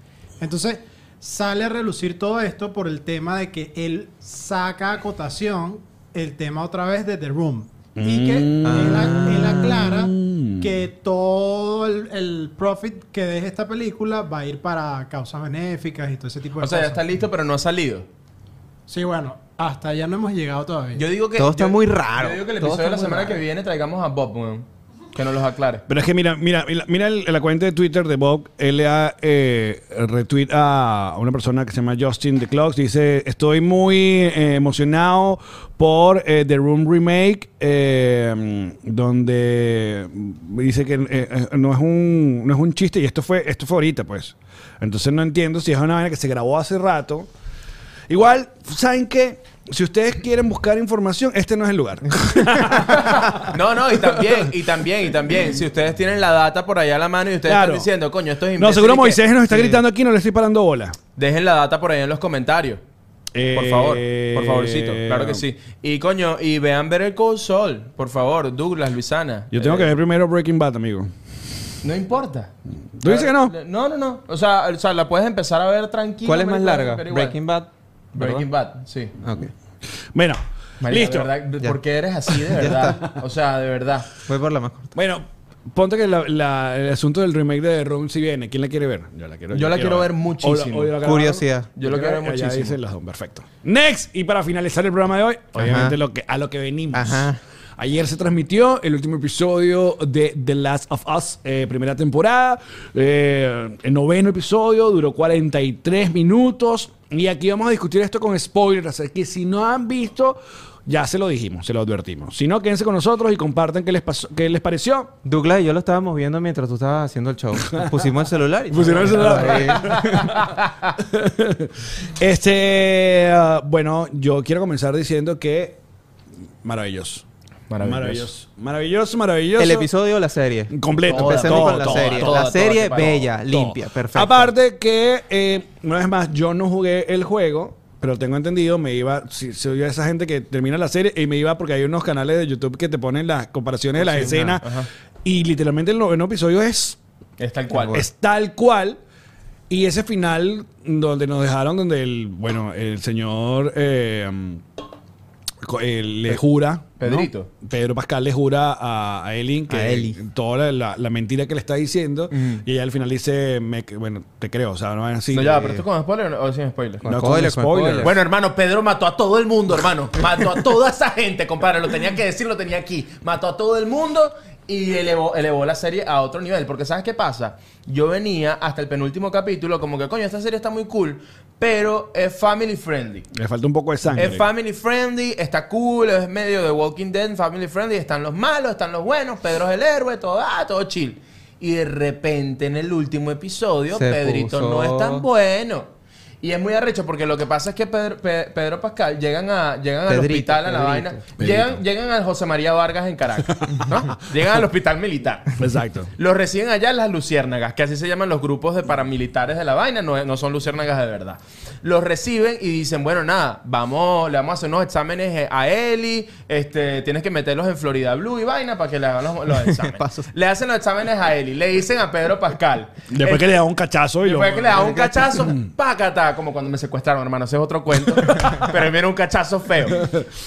Entonces sale a relucir todo esto por el tema de que él saca a acotación el tema otra vez de The Room. Y que él, ac- él aclara que todo el, el profit que deje esta película va a ir para causas benéficas y todo ese tipo de
o
cosas.
sea, ya está listo, pero no ha salido.
Sí, bueno, hasta allá no hemos llegado todavía.
Yo digo que.
Todo está
yo-
muy raro.
Yo digo que el
Todo
episodio de la
está muy
semana
raro.
que viene traigamos a Bob, weón. Que nos los aclare.
Pero es que mira, mira, mira- mira el- la cuenta de Twitter de Bob, él le da eh, retweet a una persona que se llama Justin The Clocks, dice, estoy muy eh, emocionado por eh, The Room Remake, eh, donde dice que eh, eh, no, es un, no es un chiste, y esto fue, esto fue ahorita, pues. Entonces no entiendo si es una vaina que se grabó hace rato. Igual, ¿saben qué? Si ustedes quieren buscar información, este no es el lugar.
<laughs> No, no, y también, y también, y también. si ustedes tienen la data por allá a la mano y ustedes
Claro.
están diciendo, coño, esto es
No, seguro Moisés nos está
Sí.
gritando aquí, no le estoy parando bola.
Dejen la data por ahí en los comentarios. Por favor,
Eh,
por favorcito, claro que sí. Y coño, y vean ver el Cold Sol, por favor, Douglas, Luisana.
Yo tengo
Eh,
que ver primero Breaking Bad, amigo.
No importa.
¿Tú dices que no?
No, no, no. O sea, o sea, la puedes empezar a ver tranquila.
¿Cuál es más
marico,
larga?
pero igual.
Breaking Bad. ¿verdad?
Breaking Bad, sí.
Ok.
Bueno,
Marico,
listo.
de verdad,
<laughs> Ya.
¿Por qué eres así de verdad? o sea, de verdad.
Voy por la más corta.
Bueno, ponte que la- la- el asunto del remake de Ron si viene. ¿Quién la quiere ver? Yo la quiero,
Yo la quiero ver muchísimo.
O la- o la grabaron.
Curiosidad.
Yo lo quiero ver
Allá
muchísimo.
dicen las dos, perfecto. Next, y para finalizar el programa de hoy, obviamente lo que, a lo que venimos.
Ajá.
Ayer se transmitió el último episodio de The Last of Us, eh, primera temporada, eh, el noveno episodio, duró 43 minutos. Y aquí vamos a discutir esto con spoilers, así que si no han visto, ya se lo dijimos, se lo advertimos. Si no, quédense con nosotros y compartan qué les, pasó, qué les pareció.
Douglas y yo lo estábamos viendo mientras tú estabas haciendo el show. Pusimos el celular y...
Pusieron el celular. Este, ah, bueno, yo quiero comenzar diciendo que maravilloso.
Maravilloso.
Maravilloso, maravilloso. maravilloso.
el episodio o la serie.
completo.
Toda,
Empecemos
todo,
con la
todo,
serie.
todo,
la
todo,
serie
todo.
bella,
todo.
limpia, perfecta.
Aparte que, eh, una vez más, yo no jugué el juego, pero tengo entendido, me iba, si, si oía esa gente que termina la serie y me iba porque hay unos canales de YouTube que te ponen las comparaciones de las
Sí,
escenas
ajá.
y literalmente el noveno episodio es
Es tal cual.
es tal cual. Y ese final donde nos dejaron, donde el, bueno, el señor eh, co- eh, le jura. ¿no?
Pedrito.
Pedro Pascal le jura a, a Elin que
A Eli.
toda la, la- la mentira que le está diciendo.
Ujú.
Y ella al final dice, me- bueno, te creo, o sea, no es así.
no, ya,
Eh,
pero esto es con spoiler o sin spoiler.
Con
no,
spoiler,
con
con spoiler.
spoiler.
Bueno, hermano, Pedro mató a todo el mundo, hermano. Mató a toda esa gente, compadre. Lo tenía que decir, lo tenía aquí. Mató a todo el mundo y elevó, elevó la serie a otro nivel. Porque ¿sabes qué pasa? Yo venía hasta el penúltimo capítulo como que, coño, esta serie está muy cool, pero es family friendly.
le falta un poco de sangre.
Es family friendly, está cool, es medio de Walking Dead, family friendly. Están los malos, están los buenos, Pedro es el héroe, todo, ah, todo chill. Y de repente en el último episodio,
Se
Pedrito
puso-
no es tan bueno. Y es muy arrecho porque lo que pasa es que Pedro, Pe- Pedro Pascal llegan, a, llegan al
Pedrito,
hospital, a la
Pedrito.
vaina. Llegan, llegan al José María Vargas en Caracas,
<laughs>
¿no? llegan al hospital militar. <laughs>
Exacto.
Los reciben allá las luciérnagas, que así se llaman los grupos de paramilitares de la vaina, no, no son luciérnagas de verdad. Los reciben y dicen, bueno, nada, vamos, le vamos a hacer unos exámenes eh, a Eli, este, tienes que meterlos en Florida Blue y vaina para que le hagan los, los <laughs>
Paso.
exámenes. le hacen los exámenes a Eli, le dicen a Pedro Pascal.
Después que le da un cachazo y lo...
Después que le da un cachazo, pácata, como cuando me secuestraron, hermano, ese es otro <laughs> cuento. pero él viene un cachazo feo.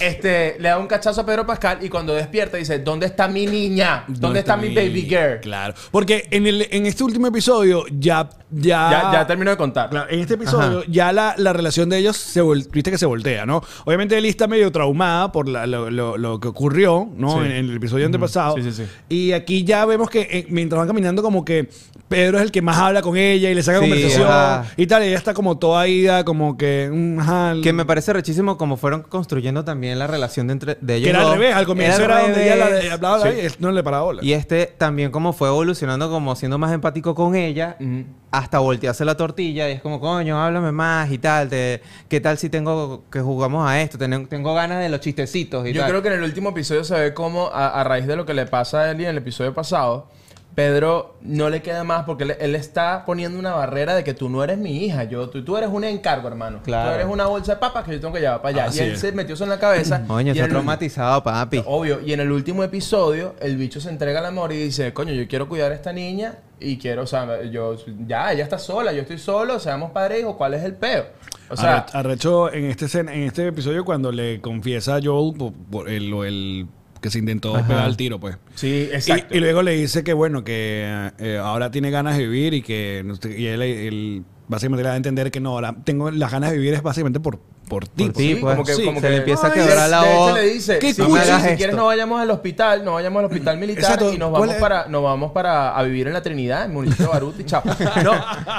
Este, le da un cachazo a Pedro Pascal y cuando despierta dice, ¿dónde está mi niña? ¿Dónde, está, mi baby girl?
Claro. Porque en, el, en este último episodio ya... Ya,
Ya, ya termino de contar.
Ah. Claro, en este episodio ya la, la relación de ellos se vol- viste que se voltea, ¿no? Obviamente Ellie está medio traumada por la- lo, lo- lo que ocurrió, ¿no?
Sí.
En, en el episodio antepasado.
Sí, sí, sí.
Y aquí ya vemos que eh, mientras van caminando como que Pedro es el que más habla con ella y le saca
Sí,
conversación
ajá.
y tal. Y ella está como toda ida, como que... mm, ajá.
Que me parece rechísimo como fueron construyendo también la relación de, entre, de ellos
Que era al
dos.
revés, al comienzo era,
al
donde ella la-
revés.
la hablaba
Sí.
y él no le paraba bola.
Y este también como fue evolucionando, como siendo más empático con ella,
Ujú.
hasta voltearse la tortilla y es como, coño, háblame más y tal, te- ¿qué tal si tengo que jugamos a esto? Tengo, tengo ganas de los chistecitos y
Yo
tal.
creo que en el último episodio se ve cómo, a, a raíz de lo que le pasa a Eli en el episodio pasado, Pedro no le queda más porque él, él está poniendo una barrera de que tú no eres mi hija. Yo, tú, tú eres un encargo, hermano.
Claro.
Tú eres una bolsa de papas que yo tengo que llevar para allá.
Así
y él
es.
se metió eso en la
<clears throat>
cabeza.
Coño,
y en
está
el- Oh,
traumatizado, papi.
Obvio. Y en el último episodio, el bicho se entrega al amor y dice, coño, yo quiero cuidar a esta niña y quiero, o sea, yo, ya, ella está sola, yo estoy solo, seamos padres e hijos, ¿cuál es el peo? O sea,
Arre- arrecho en este escena- en este episodio cuando le confiesa a Joel por, por el, lo- el que se intentó pegar el tiro, pues.
sí, exacto.
Y, y luego le dice que bueno, que eh, ahora tiene ganas de vivir y que no sé, y él, él básicamente le da a entender que no, ahora tengo las ganas de vivir es básicamente por, por ti.
Por
pues.
ti,
Sí,
pues.
como que-
Sí,
como
se
que-
le empieza a
Ay,
quebrar la
de hecho,
voz.
le dice,
Qué
si,
cuchi.
me hagas
Hagas
si quieres
esto.
no vayamos al hospital, no vayamos al hospital militar
Exacto.
y nos
¿Cuál
vamos
es?
para nos vamos para a vivir en la Trinidad, en municipio de Baruti, chao. No,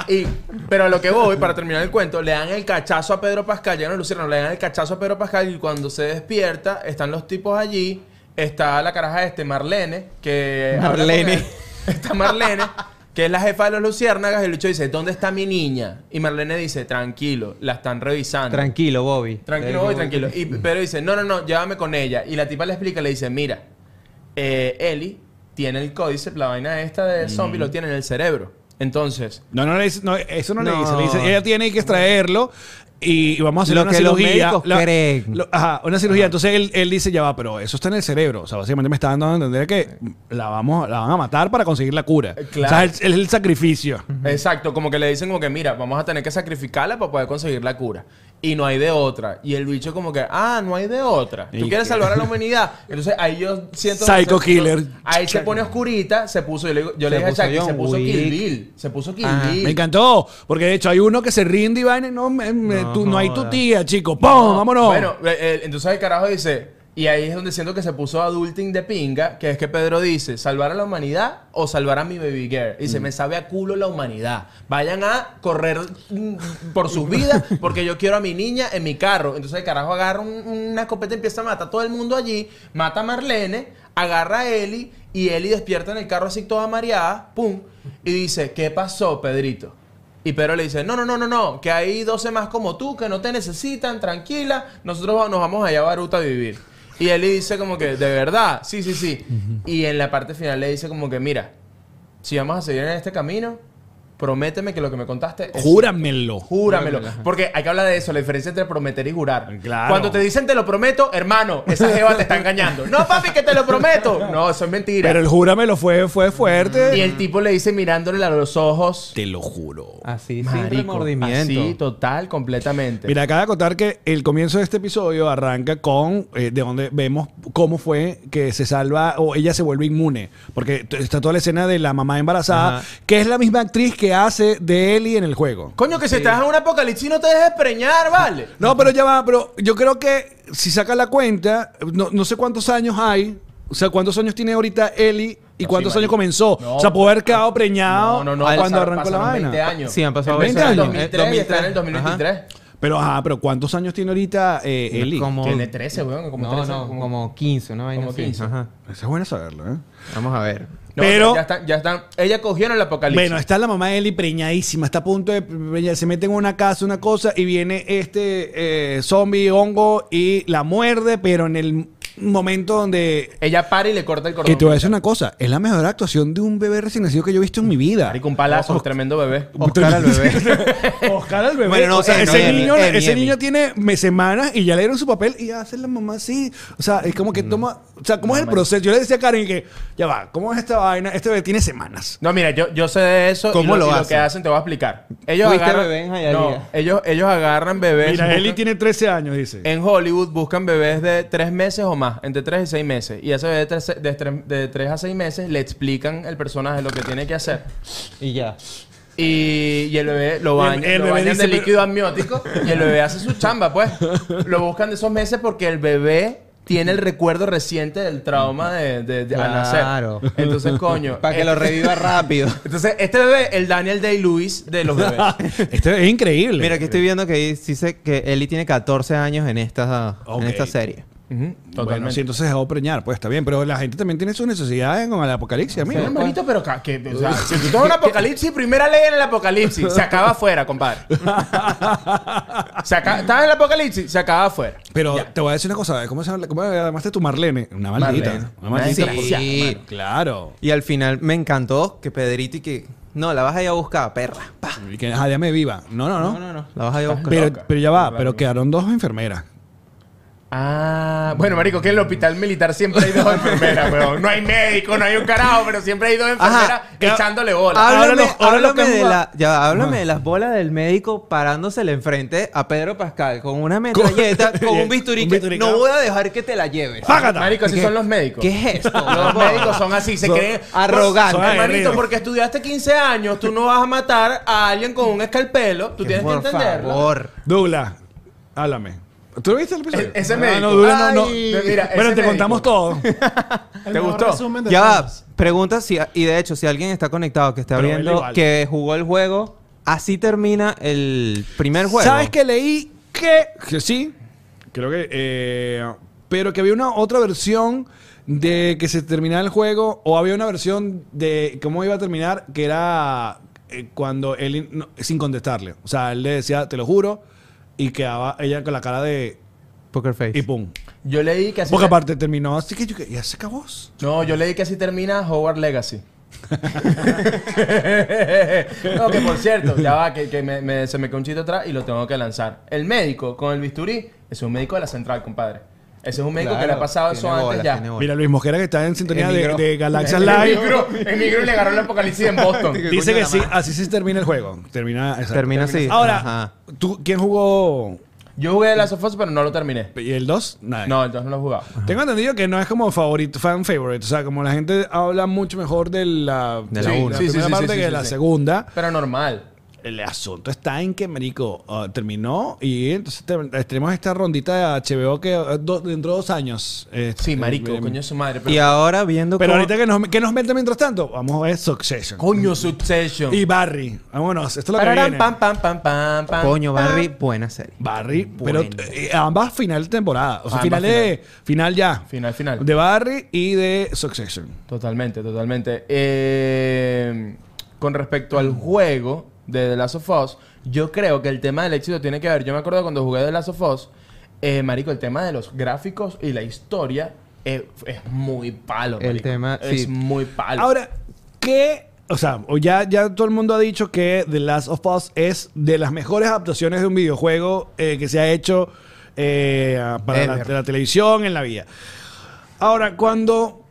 y, pero a lo que voy para terminar el cuento, le dan el cachazo a Pedro Pascal, ya no Luciano, le dan el cachazo a Pedro Pascal y cuando se despierta están los tipos allí, está la caraja este Marlene que habla con
Marlene.
él. <laughs> está Marlene que es la jefa de los luciérnagas y el bicho dice, "¿Dónde está mi niña?" Y Marlene dice, "Tranquilo, la están revisando."
Tranquilo, Bobby.
Tranquilo, voy, tranquilo. Y Pedro dice, no, no, no, llévame con ella. Y la tipa le explica, le dice, mira, eh, Eli tiene el códice, la vaina esta de zombie lo tiene en el cerebro. Entonces,
No, no le dice, no, eso no, le
No.
dice, le dice, ella tiene que extraerlo y vamos a hacer
Lo
una
que los
cirugía.
médicos creen.
lo- ajá, una cirugía. Entonces él, él dice, ya va, pero eso está en el cerebro. O sea, básicamente me está dando a entender que la, vamos, la van a matar para conseguir la cura.
Eh, claro.
O sea, es, es el sacrificio.
Exacto, como que le dicen como que mira, vamos a tener que sacrificarla para poder conseguir la cura. Y no hay de otra. Y el bicho como que, ah, no hay de otra. Tú
Y-
quieres salvar
<laughs>
a la humanidad. Entonces ahí yo siento...
Psycho
se-
killer.
Ahí se pone oscurita, se puso, yo le, digo- yo le dije
Se
a
puso
Chucky,
John
se puso Kill
Wick.
Bill. Se puso Kill
Ajá.
Bill.
Me encantó, porque de hecho hay uno que se rinde y va y no, me- me-
No,
tú- no hay tu
joda.
tía, chico. ¡Pum! ¡Vámonos!
Bueno, eh, eh, entonces el carajo dice, y ahí es donde siento que se puso adulting de pinga, que es que Pedro dice, salvar a la humanidad o salvar a mi baby girl. Dice, me sabe a culo la humanidad. Vayan a correr mm, por sus vidas porque yo quiero a mi niña en mi carro. Entonces el carajo agarra un- una escopeta y empieza a matar a todo el mundo allí, mata a Marlene, agarra a Eli y Eli despierta en el carro así toda mareada, pum, y dice, ¿qué pasó, Pedrito? Y Pedro le dice, no, no, no, no, no, que hay 12 más como tú que no te necesitan, tranquila, nosotros va- nos vamos allá a Baruta a vivir. Y él le dice como que, de verdad, sí, sí, sí. Y en la parte final le dice como que, mira, si vamos a seguir en este camino, prométeme que lo que me contaste es...
Júramelo.
Júramelo. Porque hay que hablar de eso, la diferencia entre prometer y jurar.
Claro.
Cuando te dicen te lo prometo, hermano, esa jeva te está engañando. No, papi, que te lo
<laughs>
prometo. No, eso es mentira.
Pero el júramelo fue, fue fuerte.
Y el tipo le dice mirándole a los ojos.
Te lo juro.
Así, sin
Marico,
remordimiento.
Así, total, completamente.
Mira, acaba de contar que el comienzo de este episodio arranca con eh, de donde vemos cómo fue que se salva o ella se vuelve inmune. Porque t- está toda la escena de la mamá embarazada,
Ajá.
que es la misma actriz que hace de Ellie en el juego.
Coño, que si estás en un apocalipsis no te dejes preñar, ¿vale?
No, pero ya va, pero yo creo que si sacas la cuenta, no, no sé cuántos años hay, o sea, cuántos años tiene ahorita Ellie y
No,
cuántos
sí,
años
marico.
comenzó.
No,
o sea, puede haber quedado preñado
No, no, no.
cuando
pasaron-
arrancó la
pasaron
vaina.
20 años.
Sí, han pasado
Empezó
20
En
años. Eh,
el 2003 y está en el
2003.
2023.
Pero ajá, pero ¿cuántos años tiene ahorita eh, Ellie?
Como-
Tiene 13, weón. Como
no,
13,
no, como, 15, una vaina
como
así.
15.
Ajá.
Eso es bueno saberlo, ¿eh?
Vamos a ver.
No,
Pero-
Ya están, ya están. Ella cogió en el apocalipsis.
Bueno, está la mamá de Eli preñadísima, está a punto de preñar, se mete en una casa, una cosa, y viene este eh, zombie hongo y la muerde, pero en el momento donde...
Ella para y le corta el cordón.
Que te voy a decir una cosa, es la mejor actuación de un bebé recién nacido que yo he visto en mi vida.
Marico, un palazo, tremendo bebé.
Oscar al bebé. <laughs>
Oscar al bebé.
Bueno, no
o sea,
sé, no,
ese
Emi,
niño,
Emi,
ese
Emi.
niño tiene me- semanas y ya le dieron su papel y hace la mamá así. O sea, es como que toma... O sea, ¿cómo es el proceso? Yo le decía a Karen que, ya va, ¿cómo es esta vaina? Este bebé tiene semanas.
No, mira, yo, yo sé de eso.
¿Cómo
y lo,
lo
y
hacen?
que hacen te voy a explicar. Ellos
Fuiste
agarran.
bebé en Hialeah.
no, ellos, ellos agarran bebés.
Mira,
buscan-
Eli tiene 13
<laughs>
años, dice.
En Hollywood buscan bebés de tres meses o más, entre tres y seis meses. Y a ese bebé de tres, de tres- de tres a seis meses le explican el personaje lo que tiene que hacer.
y ya.
Y, y el bebé lo
Y el-
bañan,
el
lo
bebé
bañan
dice,
de
pero-
líquido amniótico y el bebé hace su chamba, pues. Lo buscan de esos meses porque el bebé tiene el recuerdo reciente del trauma de, de- de- al nacer.
Claro. <laughs>
Entonces, coño.
Para que lo
este-
reviva rápido.
<laughs> Entonces, este bebé, el Daniel Day-Lewis de los
<laughs>
bebés.
Este es increíble.
Mira, que estoy viendo que dice que Ellie tiene 14 años en esta,
Ok.
en esta serie.
Ujú,
Bueno, sí,
Totalmente.
entonces dejó preñar, pues está bien, pero la gente también tiene sus necesidades con el apocalipsis,
Mira,
amigo.
hermanito, pero ca- que, o sea, si tú tomas un apocalipsis, primera ley en el apocalipsis, se acaba afuera, compadre. Se acaba, ¿Estás en el apocalipsis? Se acaba afuera.
Pero te voy a decir una cosa, ¿cómo se llama? ¿Cómo llamaste tu Marlene? Una maldita.
Marlene.
Una
Sí.
maldita. por-
Marlene.
Claro.
Y al final me encantó que Pedrito y que... No, la vas a ir a buscar, perra. Pa.
Y que ah, ya me viva. No, no, no.
No, no, no. La vas a ir a buscar.
Pero,
loca.
pero ya va, pero quedaron dos enfermeras.
Ah, bueno, marico, que en el hospital militar siempre hay dos enfermeras, weón. No hay médico, no hay un carajo, pero siempre hay dos enfermeras
Ajá.
echándole bola.
Ahora
Háblame,
los- ahora los
háblame
que
de
juega-
la, ya, va, háblame de las bolas del médico parándosele enfrente a Pedro Pascal con una metralleta, con un bisturí.
Un
que
bisturí,
no
claro.
voy a dejar que te la lleves.
¡Págata!
Marico, así
¿Qué?
son los médicos.
¿Qué es esto?
Los
huevón?
médicos son así, se
Son
creen
arrogantes.
Por- Hermanito,
aguerridos.
porque estudiaste 15 años, tú no vas a matar a alguien con un escalpelo. Tú tienes que
Por
entenderlo.
favor.
Douglas, háblame. ¿Tú lo viste el episodio?
E- ese
no,
médico.
No, Douglas, no, no.
Ay, mira,
bueno,
ese
te
médico. <laughs>
contamos todo.
El
¿Te
mejor
gustó?
resumen de
Ya va,
todos.
pregunta si, y de hecho, si alguien está conectado, que está
Pero él
viendo,
igual.
que jugó el juego, así termina el primer juego.
¿Sabes que leí que, que sí? Creo que. eh, pero que había una otra versión de que se terminaba el juego, o había una versión de cómo iba a terminar, que era eh, cuando él. in- no, sin contestarle. O sea, él le decía, te lo juro, y quedaba ella con la cara de.
Poker Face.
Y pum.
Yo leí que así.
Porque aparte terminó, así que yo que- ya se acabó.
No, yo leí que así termina Howard Legacy. <laughs> no, que por cierto, ya va, que, que me- me- se me quedó un chiste atrás y lo tengo que lanzar. El médico con el bisturí, ese es un médico de la central, compadre. Ese es un médico que le ha
Claro,
pasado eso
tiene
antes
bola,
ya.
tiene bola.
Mira, Luis Mosquera que está en sintonía
El
de,
micro.
de Galaxia
El
Live.
micro, el micro le agarró el apocalipsis en Boston.
<laughs>
Digo,
Dice
coño,
que
la
sí,
madre.
así sí termina el juego. Termina, exacto.
Termina así.
Ahora,
Ajá.
¿tú, ¿quién jugó
Yo jugué de Last of Us, pero no lo terminé.
¿Y el 2? Nada.
No, entonces no lo he jugado.
Tengo entendido que no es como favorito, fan favorite. O sea, como la gente habla mucho mejor de la,
De la
sí,
una.
Sí, sí,
primera
sí,
parte
sí, sí,
que de
sí,
la
sí.
segunda.
Pero normal.
El asunto está en que, marico, ah, terminó y entonces te- eh, tenemos esta rondita de HBO que ah, do- dentro de dos años. este,
Sí, marico,
eh,
coño su madre. Pero,
Y ahora viendo
Pero
cómo-
ahorita que nos, que nos mete mientras tanto, vamos a ver Succession.
coño Succession.
Y Barry. Vámonos, esto es lo que
Pararam,
viene.
pam, pam, pam, pam, pam.
Coño, Barry, buena serie.
Barry,
Bueno.
pero eh, ambas final de temporada. O sea,
Ambas
final de. Final ya.
Final, final.
De Barry y de Succession.
Totalmente, totalmente. Eh, con respecto al juego de The Last of Us, yo creo que el tema del éxito tiene que ver. Yo me acuerdo cuando jugué The Last of Us, eh, marico, el tema de los gráficos y la historia eh, es muy palo.
El
marico.
tema,
es
sí.
muy palo.
Ahora, ¿qué? O sea, o ya, ya todo el mundo ha dicho que The Last of Us es de las mejores adaptaciones de un videojuego eh, que se ha hecho eh, para la,
Ever.
la televisión, en la vida. Ahora, cuando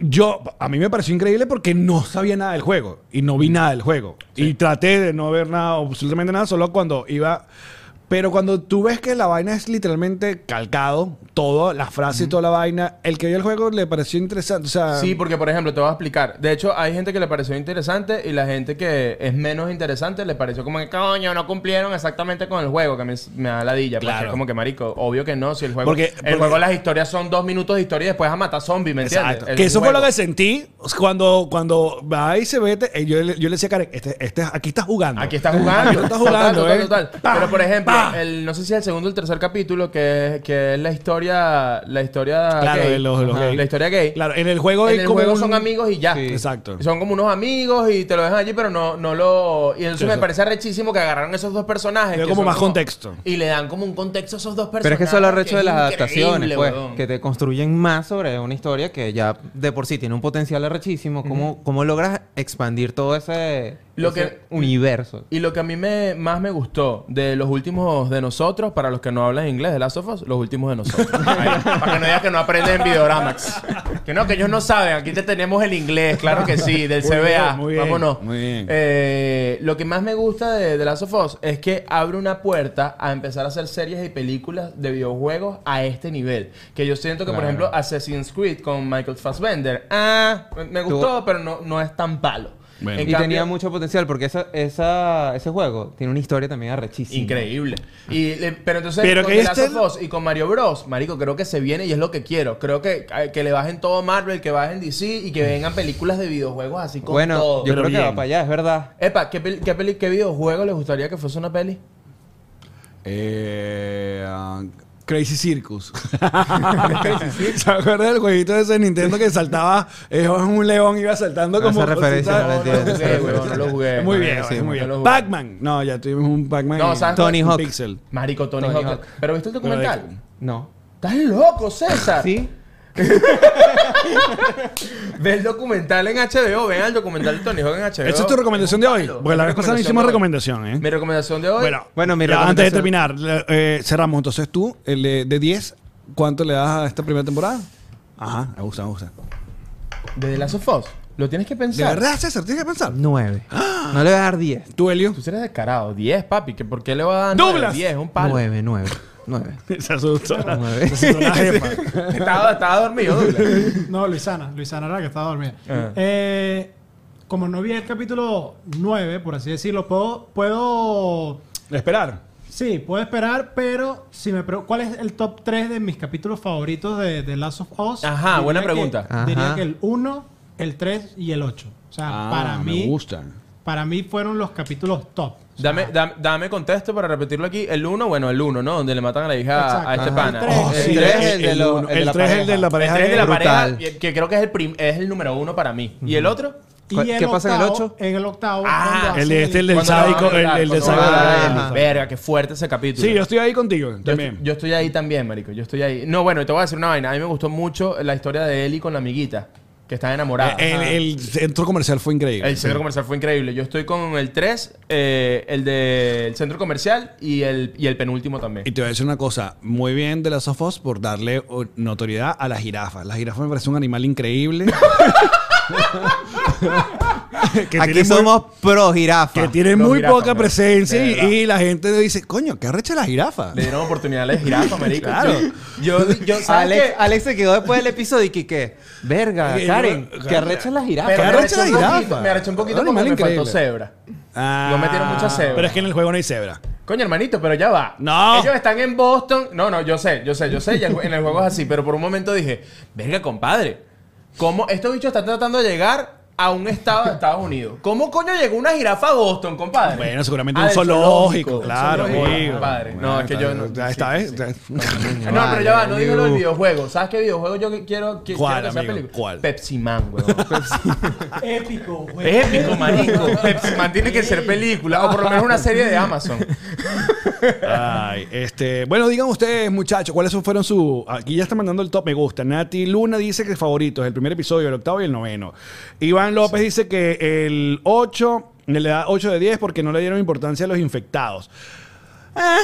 yo, a mí me pareció increíble porque no sabía nada del juego y no vi nada del juego. Y traté de no ver nada, absolutamente nada, solo cuando iba... Pero cuando tú ves que la vaina es literalmente calcado, todo, las frases y toda la vaina, el que vio el juego le pareció interesante. O sea,
Sí, porque por ejemplo, te voy a explicar. De hecho, hay gente que le pareció interesante y la gente que es menos interesante le pareció como que coño, no cumplieron exactamente con el juego, que me, me da ladilla. Porque
Claro.
es como que marico, obvio que no, si el juego.
Porque-
el
porque-
juego, las historias son dos minutos de historia y después a matar zombies, ¿me entiendes?
Exacto.
El
Que eso fue lo
juego.
que sentí cuando, cuando va y se vete. eh, Yo, le- yo le decía a Karen, este, este, aquí estás jugando.
Aquí está jugando.
Aquí estás jugando,
Total,
eh.
total, total.
Pa,
Pero por ejemplo,
pa.
el, no sé si es el segundo o el tercer capítulo, que, es- que es la historia. La historia.
Claro,
gay.
de los- los
Ajá,
gay.
La historia gay.
Claro, en el juego
en
es
el
como
juego
un-
son amigos y ya.
Sí.
Exacto.
Son como unos amigos y te lo dejan allí, pero no, no lo. Y eso me
Exacto.
parece rechísimo que agarraron esos dos personajes.
Le da
que
como
son
más contexto.
Y le dan como un contexto a esos dos personajes.
Pero es que eso es lo recho de
es
las adaptaciones,
increíble,
pues.
weón.
Que te construyen más sobre una historia que ya de por sí tiene un potencial arrechísimo. ¿Cómo, cómo logras expandir todo ese,
Lo
ese
que-
universo?
Y lo que a mí me, más me gustó de los últimos de nosotros, para los que no hablan inglés de Last of Us, los últimos de
<laughs>
nosotros. Ahí, para que no digas que no aprenden Videoramax. Que no, que ellos no saben. Aquí te tenemos el inglés, claro que sí, del
<laughs> Muy
CBA.
bien, muy bien,
Vámonos.
muy bien.
Eh, lo que más me gusta de, de Last of Us es que abre una puerta a empezar a hacer series y películas de videojuegos a este nivel. Que yo siento que, por ejemplo, Assassin's Creed con Michael Fassbender, ah, me- me
Tú-
gustó, pero no, no es tan palo.
Bueno.
En
Y
cambio-
tenía mucho potencial porque esa, esa, ese juego tiene una historia también arrechísima.
Increíble. Y, le- pero entonces
Pero
con
que
The
este-
Last of Us y con Mario Bros, marico, creo que se viene y es lo que quiero. Creo que, que le bajen todo Marvel, que bajen DC y que vengan películas de videojuegos así con
Bueno,
todo.
yo
Pero
creo que va
bien.
para allá, es verdad.
Epa, ¿qué, pel- qué, peli- ¿qué videojuego les gustaría que fuese una peli?
Eh, ah, Crazy Circus. <laughs> ¿Se acuerdan del jueguito ese de Nintendo que saltaba? eh, un león iba saltando
No,
como.
esa referencia
cositas?
no la entiendo.
No, no lo jugué, weón, no lo jugué.
Muy
No,
bien,
no, sí,
muy
no lo
bien.
jugué.
Pac-Man. No, ya tuvimos un Pac-Man.
No,
y-
¿sabes
Tony
un
Hawk.
Pixel.
Marico, Tony,
Tony
Hawk.
Hawk.
¿Pero viste el
Pero de-
documental?
No.
¡Estás loco, César!
¿Sí?
<laughs> Ve el documental en HBO, vean el documental de Tony Hawk en HBO.
¿Esa es tu recomendación de hoy?
Claro,
Porque la
es
vez
mi
pasada no hicimos
recomendación
recomendación,
de
¿eh?
hoy. Mi recomendación de hoy...
Bueno,
Bueno, mi
ya antes de
recomendación-
terminar, le- eh, cerramos. Entonces tú, el de, de 10, ¿cuánto le das a esta primera temporada? Ajá, me gusta, me gusta.
De The Last of Us. Lo tienes que
¿De
pensar.
verdad, César? Tienes que pensar.
Nueve. No le voy a dar <gasps> diez.
¿Tú, Helio?
Tú sí eres descarado. 10, papi. ¿que ¿Por qué le va a dar
Douglas.
10? Un palo.
Nueve, nueve. Nueve.
Se <laughs> asustó.
<laughs> Nueve.
Se asustó la jefa.
<laughs> estaba, estaba dormido, Douglas.
<laughs>
No, Luisana. Luisana era la que estaba dormida.
Ah.
Eh, como no vi el capítulo 9, por así decirlo, puedo... puedo
Esperar.
sí, puedo esperar, pero si me pregun- ¿cuál es el top 3 de mis capítulos favoritos de, de Last of Us?
Ajá, buena
que-
pregunta.
Ajá.
Diría que el 1, el 3 y el 8. O sea, Ah, para,
Ah, Me
mí,
gusta.
para mí fueron los capítulos top.
Dame, dame, dame contexto para repetirlo aquí. El 1, bueno, el uno, ¿no? Donde le matan a la hija
Exacto.
a este
Ah,
Ajá.
pana.
El tres.
El
Oh, sí,
tres,
es el de lo-
uno.
el de
El
la
3 es el de la
el
pareja.
tres de la
brutal.
pareja, que creo que es el, prim- es el número uno para mí. ¿Y el otro?
Y
¿Cuál-
el
qué pasa en el
octavo-
ocho?
En el octavo.
Ah,
cuando
el de
hacen
este, el de- Del
Cuando la van a
sádico, el-
violar,
el del
cuando van a
sádico.
violar a
Ajá.
Ellie. Verga, qué fuerte ese capítulo.
Sí, yo estoy ahí contigo
Yo
también.
estoy- Yo estoy ahí también, marico. Yo estoy ahí. No, bueno, te voy a decir una vaina. A mí me gustó mucho la historia de Eli con la amiguita. que están enamoradas.
El, el centro comercial fue increíble.
El centro comercial fue increíble. Yo estoy con el 3, el del centro comercial y el, y el penúltimo también.
Y te voy a decir una cosa, muy bien de las of Us por darle o, notoriedad a la jirafa. La jirafa me parece un animal
<laughs>
increíble. que
Aquí
tiene muy-
somos pro jirafa.
que tiene
Los
muy
jirafas,
poca
man,
presencia
de
y-
verdad.
y, la gente dice, coño, qué arrecha la jirafa.
Le dieron oportunidad a la
<laughs>
jirafa, marico.
Claro.
Yo, yo, yo- ¿sabes
Alex,
qué?
Alex se quedó después del episodio y que, que verga,
Eh,
Karen,
yo-
que arrechan las jirafas.
Pero me
Arrecha
arrechó
la
un poquito,
jirafa.
Me arrechó un poquito
Un
porque
animal
me faltó
increíble.
cebra.
Ah,
No metieron mucha cebra.
Pero es que en el juego no hay cebra.
Coño, hermanito, pero ya va.
No.
Ellos están en Boston. No, no, yo sé, yo sé, yo sé. y en en el juego es así. Pero por un momento dije, verga, compadre. ¿Cómo estos bichos están tratando de llegar a un estado de Estados Unidos? ¿Cómo coño llegó una jirafa a Boston, compadre?
Bueno, seguramente
Ah,
un
del
zoológico,
Un
claro,
zoológico,
amigo.
compadre.
Bueno,
No, es que yo no.
Ya
sí,
está,
sí,
¿eh?
sí.
Ya-
No, pero ya va, no
Vale,
digo lo del
uh.
videojuego. ¿Sabes qué videojuego yo que- quiero que,
¿Cuál,
quiero que sea
amigo?
película?
¿Cuál?
Pepsi Man,
<laughs>
weón.
<laughs> Épico, güey.
Épico, marico. Pepsi Man tiene que ser película. O por lo menos una serie de Amazon.
Ay, este, bueno, digan ustedes, muchachos, ¿cuáles fueron sus. Aquí ya está mandando el top me gusta. Nati Luna dice que favoritos, el primer episodio, el octavo y el noveno. Iván López dice que el 8 le da 8 de 10 porque no le dieron importancia a los infectados. Ah,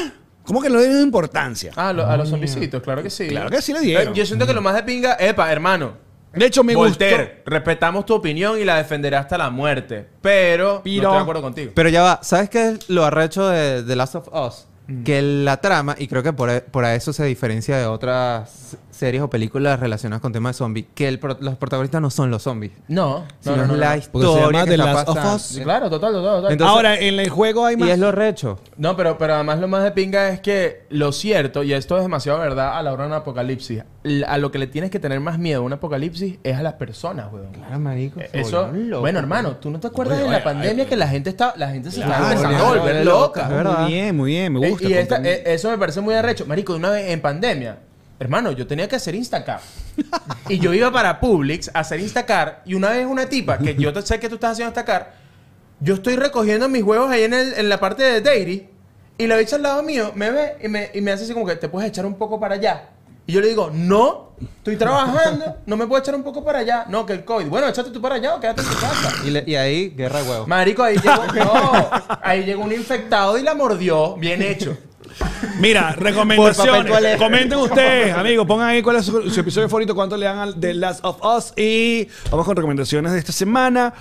¿Cómo que no le dieron importancia?
Ah, lo- a los zombicitos, claro que sí.
Claro que sí le dieron.
Eh, Yo siento que lo más de pinga, epa, hermano.
De hecho, me
Voltaire,
gustó.
respetamos tu opinión y la defenderás hasta la muerte. Pero,
Pero-
no estoy de acuerdo contigo.
Pero ya va, ¿sabes qué es lo arrecho de The Last of Us? Que la trama, y creo que por, e- por eso se diferencia de otras series o películas relacionadas con temas de zombies, que el pro- los protagonistas no son los zombies,
no, no,
sino
no, no,
es la
no.
Porque se
historia
llama
que
The
está
Last of
pasando.
Us.
Sí, claro, total, total, total.
Entonces-
Ahora, en el juego hay más.
Y es lo recho.
no, pero, pero además lo más de pinga es que lo cierto, y esto es demasiado verdad a la hora de un apocalipsis, l- a lo que le tienes que tener más miedo a un apocalipsis es a las personas, weón.
Claro, marico.
Eh,
se
Eso,
volvieron locos.
bueno, hermano, ¿tú no te acuerdas
Oye,
de
oye,
la pandemia que la gente está, la gente se
Claro,
está empezando a
claro,
volver
claro,
loca?
claro. ¿verdad?
Ah, Muy bien, muy bien, me
Eh,
gusta.
y esta-
contenido.
eh, eso me parece muy arrecho. Marico, una vez en pandemia, hermano, yo tenía que hacer
<laughs>
Instacar. y yo iba para Publix a hacer Instacar. Y una vez una tipa, que
<laughs>
yo te- sé que tú estás haciendo Instacar, yo estoy recogiendo mis huevos ahí en, el- en la parte de Dairy. Y la bicha al lado mío me ve y me, y me hace así como que te puedes echar un poco para allá. Y yo le digo, no, estoy trabajando, no me puedo echar un poco para allá. No, que el COVID. Bueno, échate tú para allá o quédate en tu casa.
<laughs>
Y, le- y ahí, guerra de huevos.
Marico, ahí llegó, no, ahí llegó un infectado y la mordió. Bien hecho.
Mira,
Por papel
recomendaciones.
toalé.
Comenten
<laughs>
ustedes, amigos. Pongan ahí cuál es su, su episodio favorito, cuánto le dan al The Last of Us. Y vamos con recomendaciones de esta semana.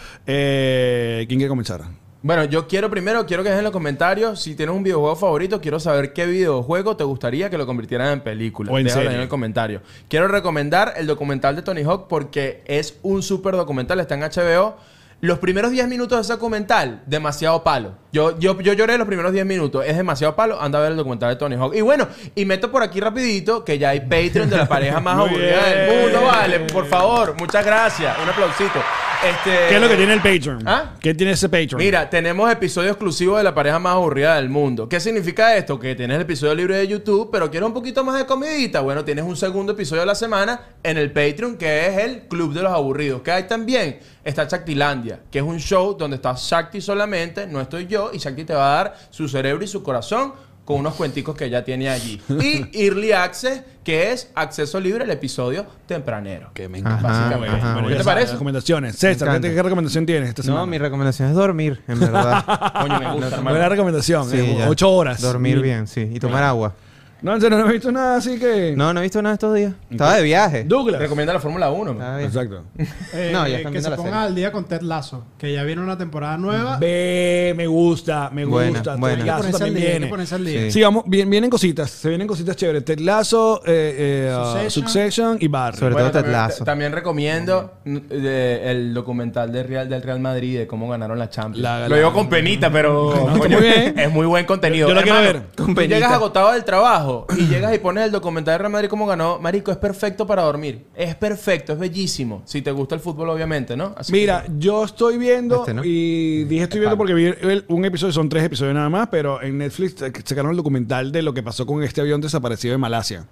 Eh, ¿Quién quiere comenzar?
Bueno, yo quiero primero, quiero que dejen en los comentarios si tienes un videojuego favorito, quiero saber qué videojuego te gustaría que lo convirtieran en película.
O en
Déjalo ahí
serie.
en el comentario. Quiero recomendar el documental de Tony Hawk porque es un súper documental, está en HBO. Los primeros 10 minutos de ese documental, demasiado palo. Yo, yo, yo lloré los primeros 10 minutos, es demasiado palo. Anda a ver el documental de Tony Hawk. Y bueno, y meto por aquí rapidito que ya hay Patreon de la
<laughs>
pareja más
Muy
aburrida
bien.
del mundo, vale. Por favor, muchas gracias. Un aplausito. Este,
¿Qué es lo que tiene el Patreon?
¿Ah?
¿Qué tiene ese Patreon?
Mira, tenemos episodio exclusivo de la pareja más aburrida del mundo. ¿Qué significa esto? Que tienes el episodio libre de YouTube, pero quieres un poquito más de comidita. Bueno, tienes un segundo episodio a la semana en el Patreon, que es el Club de los Aburridos. Que hay también está Shaktilandia, que es un show donde está Shakti solamente, no estoy yo, y Shakti te va a dar su cerebro y su corazón con unos cuenticos que ya tiene allí. Y Early Access, que es acceso libre al episodio tempranero.
Que me
Ajá,
Básicamente.
ajá.
Bueno,
¿Qué
ya
te
sabes,
parece? Recomendaciones. César,
Me
¿qué,
encanta.
qué recomendación tienes esta semana?
No, mi recomendación es dormir,
<laughs>
en verdad.
Coño, me gusta, hermano.
Buena recomendación.
Sí,
eh,
ya.
ocho horas.
Dormir bien, sí. Y tomar agua.
No, en serio, no he visto nada, así que.
No, no he visto nada estos días. Estaba de viaje.
Douglas.
Recomienda la Fórmula 1. man.
Estaba de viaje.
Exacto.
Eh,
No, ya
eh,
están
que
viendo
se
la
pongan
serie.
al día con Ted Lazo, que ya viene una temporada nueva.
Ve, me gusta, me
Buena,
gusta. Ted
buena.
Hay que
Lasso
ponerse al
también
día, hay que
viene.
ponerse al día.
Sí.
Sí, vamos, bien- vienen cositas, se vienen cositas chéveres. Ted Lasso, eh, eh, ah, Succession.
Succession.
y Barry.
Sobre- todo Ted
también,
Lasso.
ta- también recomiendo n- de- el documental de Real, del Real Madrid de cómo ganaron la Champions.
La- la-
lo digo con penita,
<laughs>
pero
está
coño,
muy bien.
es muy buen contenido.
Yo lo quiero ver.
tú
Con penita.
llegas agotado del trabajo y llegas y pones el documental de Real Madrid cómo ganó. Marico, es perfecto para dormir. Es perfecto, es bellísimo. Si te gusta el fútbol, obviamente, ¿no? Así que-
Mira, yo estoy viendo
Este, ¿no? Este,
y dije estoy viendo porque
Espalda.
vi el- un episodio, son tres episodios nada más, pero en Netflix sacaron el documental de lo que pasó con este avión desaparecido de Malasia.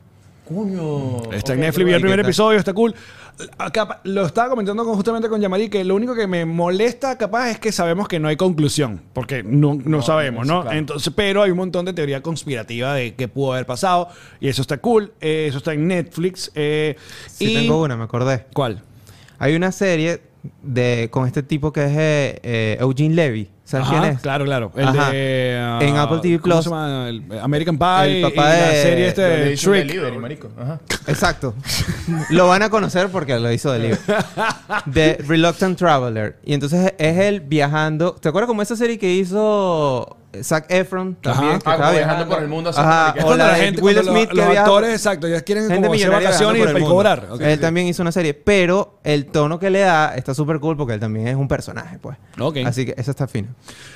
coño.
Está
Ok,
en Netflix, vi el
¿y qué
primer
tal?
episodio, está cool. Acá, lo estaba comentando con- justamente con Yamari que lo único que me molesta capaz es que sabemos que no hay conclusión, porque no, no sabemos,
eso,
¿no?
claro.
Entonces, pero hay un montón de teoría conspirativa de qué pudo haber pasado y eso está cool, eh, eso está en Netflix. eh,
Sí,
y-
tengo una, me acordé.
¿Cuál?
Hay una serie de, con este tipo que es eh, eh, Eugene Levy. ¿Sabes
Ajá,
quién es?
Claro, claro. El
Ajá.
de, ah,
En Apple TV
¿cómo
Plus.
se llama? El eh, American Pie.
El papá
y la
de-
serie este
Pero le
de
hizo un
Trick.
delivery, marico. Ajá.
Exacto. lo van a conocer porque lo hizo de libro. The Reluctant Traveler. Y entonces es él viajando. ¿Te acuerdas como esa serie que hizo Zac Efron? También,
Ajá.
que
Ah,
estaba
como viajando por el mundo haciendo
Ajá,
mariqueras.
o
Cuando
la
la
de
gente,
eh, Will
cuando
Smith
los,
que
los
viaja-
actores, exacto, ellos quieren
Gente
como hacer
millonaria
vacaciones y
viajando por el
para
mundo.
cobrar. Ok,
él
sí.
también hizo una serie, pero el tono que le da está súper cool porque él también es un personaje, pues.
Ok.
Así que esa está fina.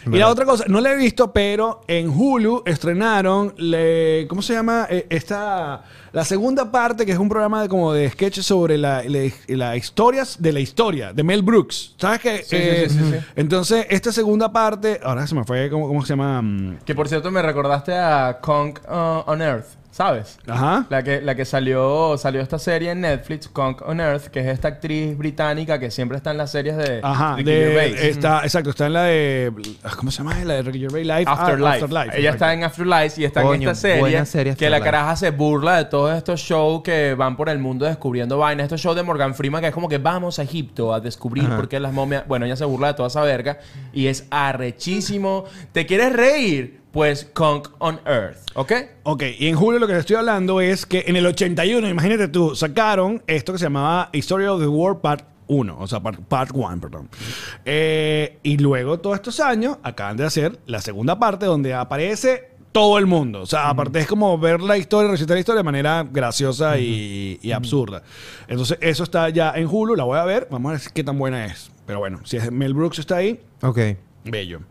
Y la otra cosa, no la he visto, pero en Hulu estrenaron, le, ¿cómo se llama? Eh, esta, la segunda parte, que es un programa de, como de sketches sobre la, la- la historias de la historia, de Mel Brooks. ¿Sabes qué? Eh,
Sí, sí, sí, sí, sí.
Entonces, esta segunda parte, ahora se me fue, ¿cómo, cómo se llama? Mm,
Que por cierto me recordaste a Kong uh, on Earth, ¿sabes?
Ajá.
La que, la que salió, salió esta serie en Netflix, Kong on Earth, que es esta actriz británica que siempre está en las series de,
Ajá,
de
de-
Ricky Gervais.
está, exacto, está en la de, ¿cómo se llama? La de Ricky Gervais Life. ah,
Afterlife. Ella
exacto.
está en Afterlife y está en
Coño,
esta serie,
buena serie
que la
Afterlife.
caraja se burla de todos estos shows que van por el mundo descubriendo vainas. Estos shows de Morgan Freeman que es como que vamos a Egipto a descubrir
Ajá.
por qué las momias... Bueno, ella se burla de toda esa verga y es arrechísimo. ¿Te quieres reír? Pues Kong on Earth, ¿ok?
Ok, y en julio lo que te estoy hablando es que en el 81, imagínate tú, sacaron esto que se llamaba History of the War Part 1, o sea, Part, part 1, perdón. Eh, y luego, todos estos años, acaban de hacer la segunda parte donde aparece todo el mundo. O sea, aparte es como ver la historia, recitar la historia de manera graciosa y, y absurda. Entonces, eso está ya en Hulu, la voy a ver, vamos a ver qué tan buena es. Pero bueno, si es Mel Brooks está ahí,
Ok.
bello.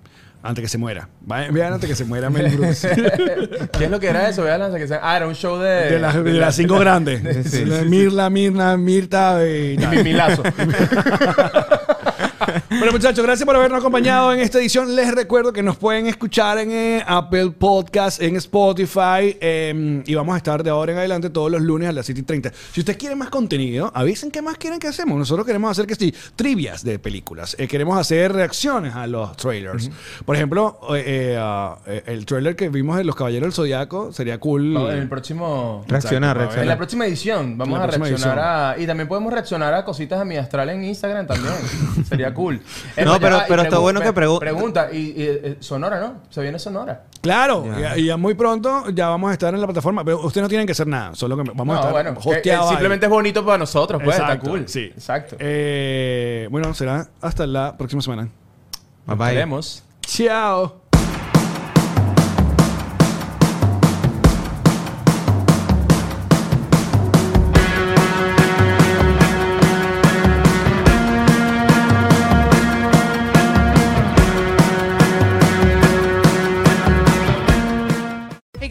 Antes que se muera. Vayan vean antes que se muera Mel Brooks.
¿Qué es lo que era eso? Vean las que se- Ah, era un show de...
De, las- de <laughs> las cinco grandes.
<laughs> Sí, sí,
La Mirla, Mirna, Mirta y
Y
<laughs>
tal.
mi milazo.
Bueno, muchachos, gracias por habernos acompañado en esta edición. Les recuerdo que nos pueden escuchar en eh, Apple Podcast, en Spotify. eh, y vamos a estar de ahora en adelante todos los lunes a las 7 y 30. Si ustedes quieren más contenido, avisen qué más quieren que hacemos. Nosotros queremos hacer que sí, trivias de películas. Eh, queremos hacer reacciones a los trailers. Por ejemplo, eh, eh, ah, eh, el trailer que vimos de Los Caballeros del Zodiaco sería cool.
No, en el próximo...
Reaccionar,
Exacto,
En la
reaccionar.
próxima edición vamos
En la
a
próxima
reaccionar
edición.
a... Y también podemos reaccionar a cositas de mi astral en Instagram
<laughs>
también. Sería cool.
No,
ya
pero-
va, y
pero está
pregun-
bueno que
pre-
pregun-
Pregunta, y, y, eh, Sonora, ¿no? Se viene Sonora.
Claro,
Ya.
y y ya muy pronto ya vamos a estar en la plataforma, pero ustedes no tienen que hacer nada, solo que vamos a
no,
estar
bueno. que-
hosteados
eh,
ahí.
simplemente es bonito para nosotros, pues.
Exacto,
está cool.
sí.
Exacto.
Eh, bueno, será hasta la próxima semana.
Bye
Nos
bye.
vemos.
Chao.
Hey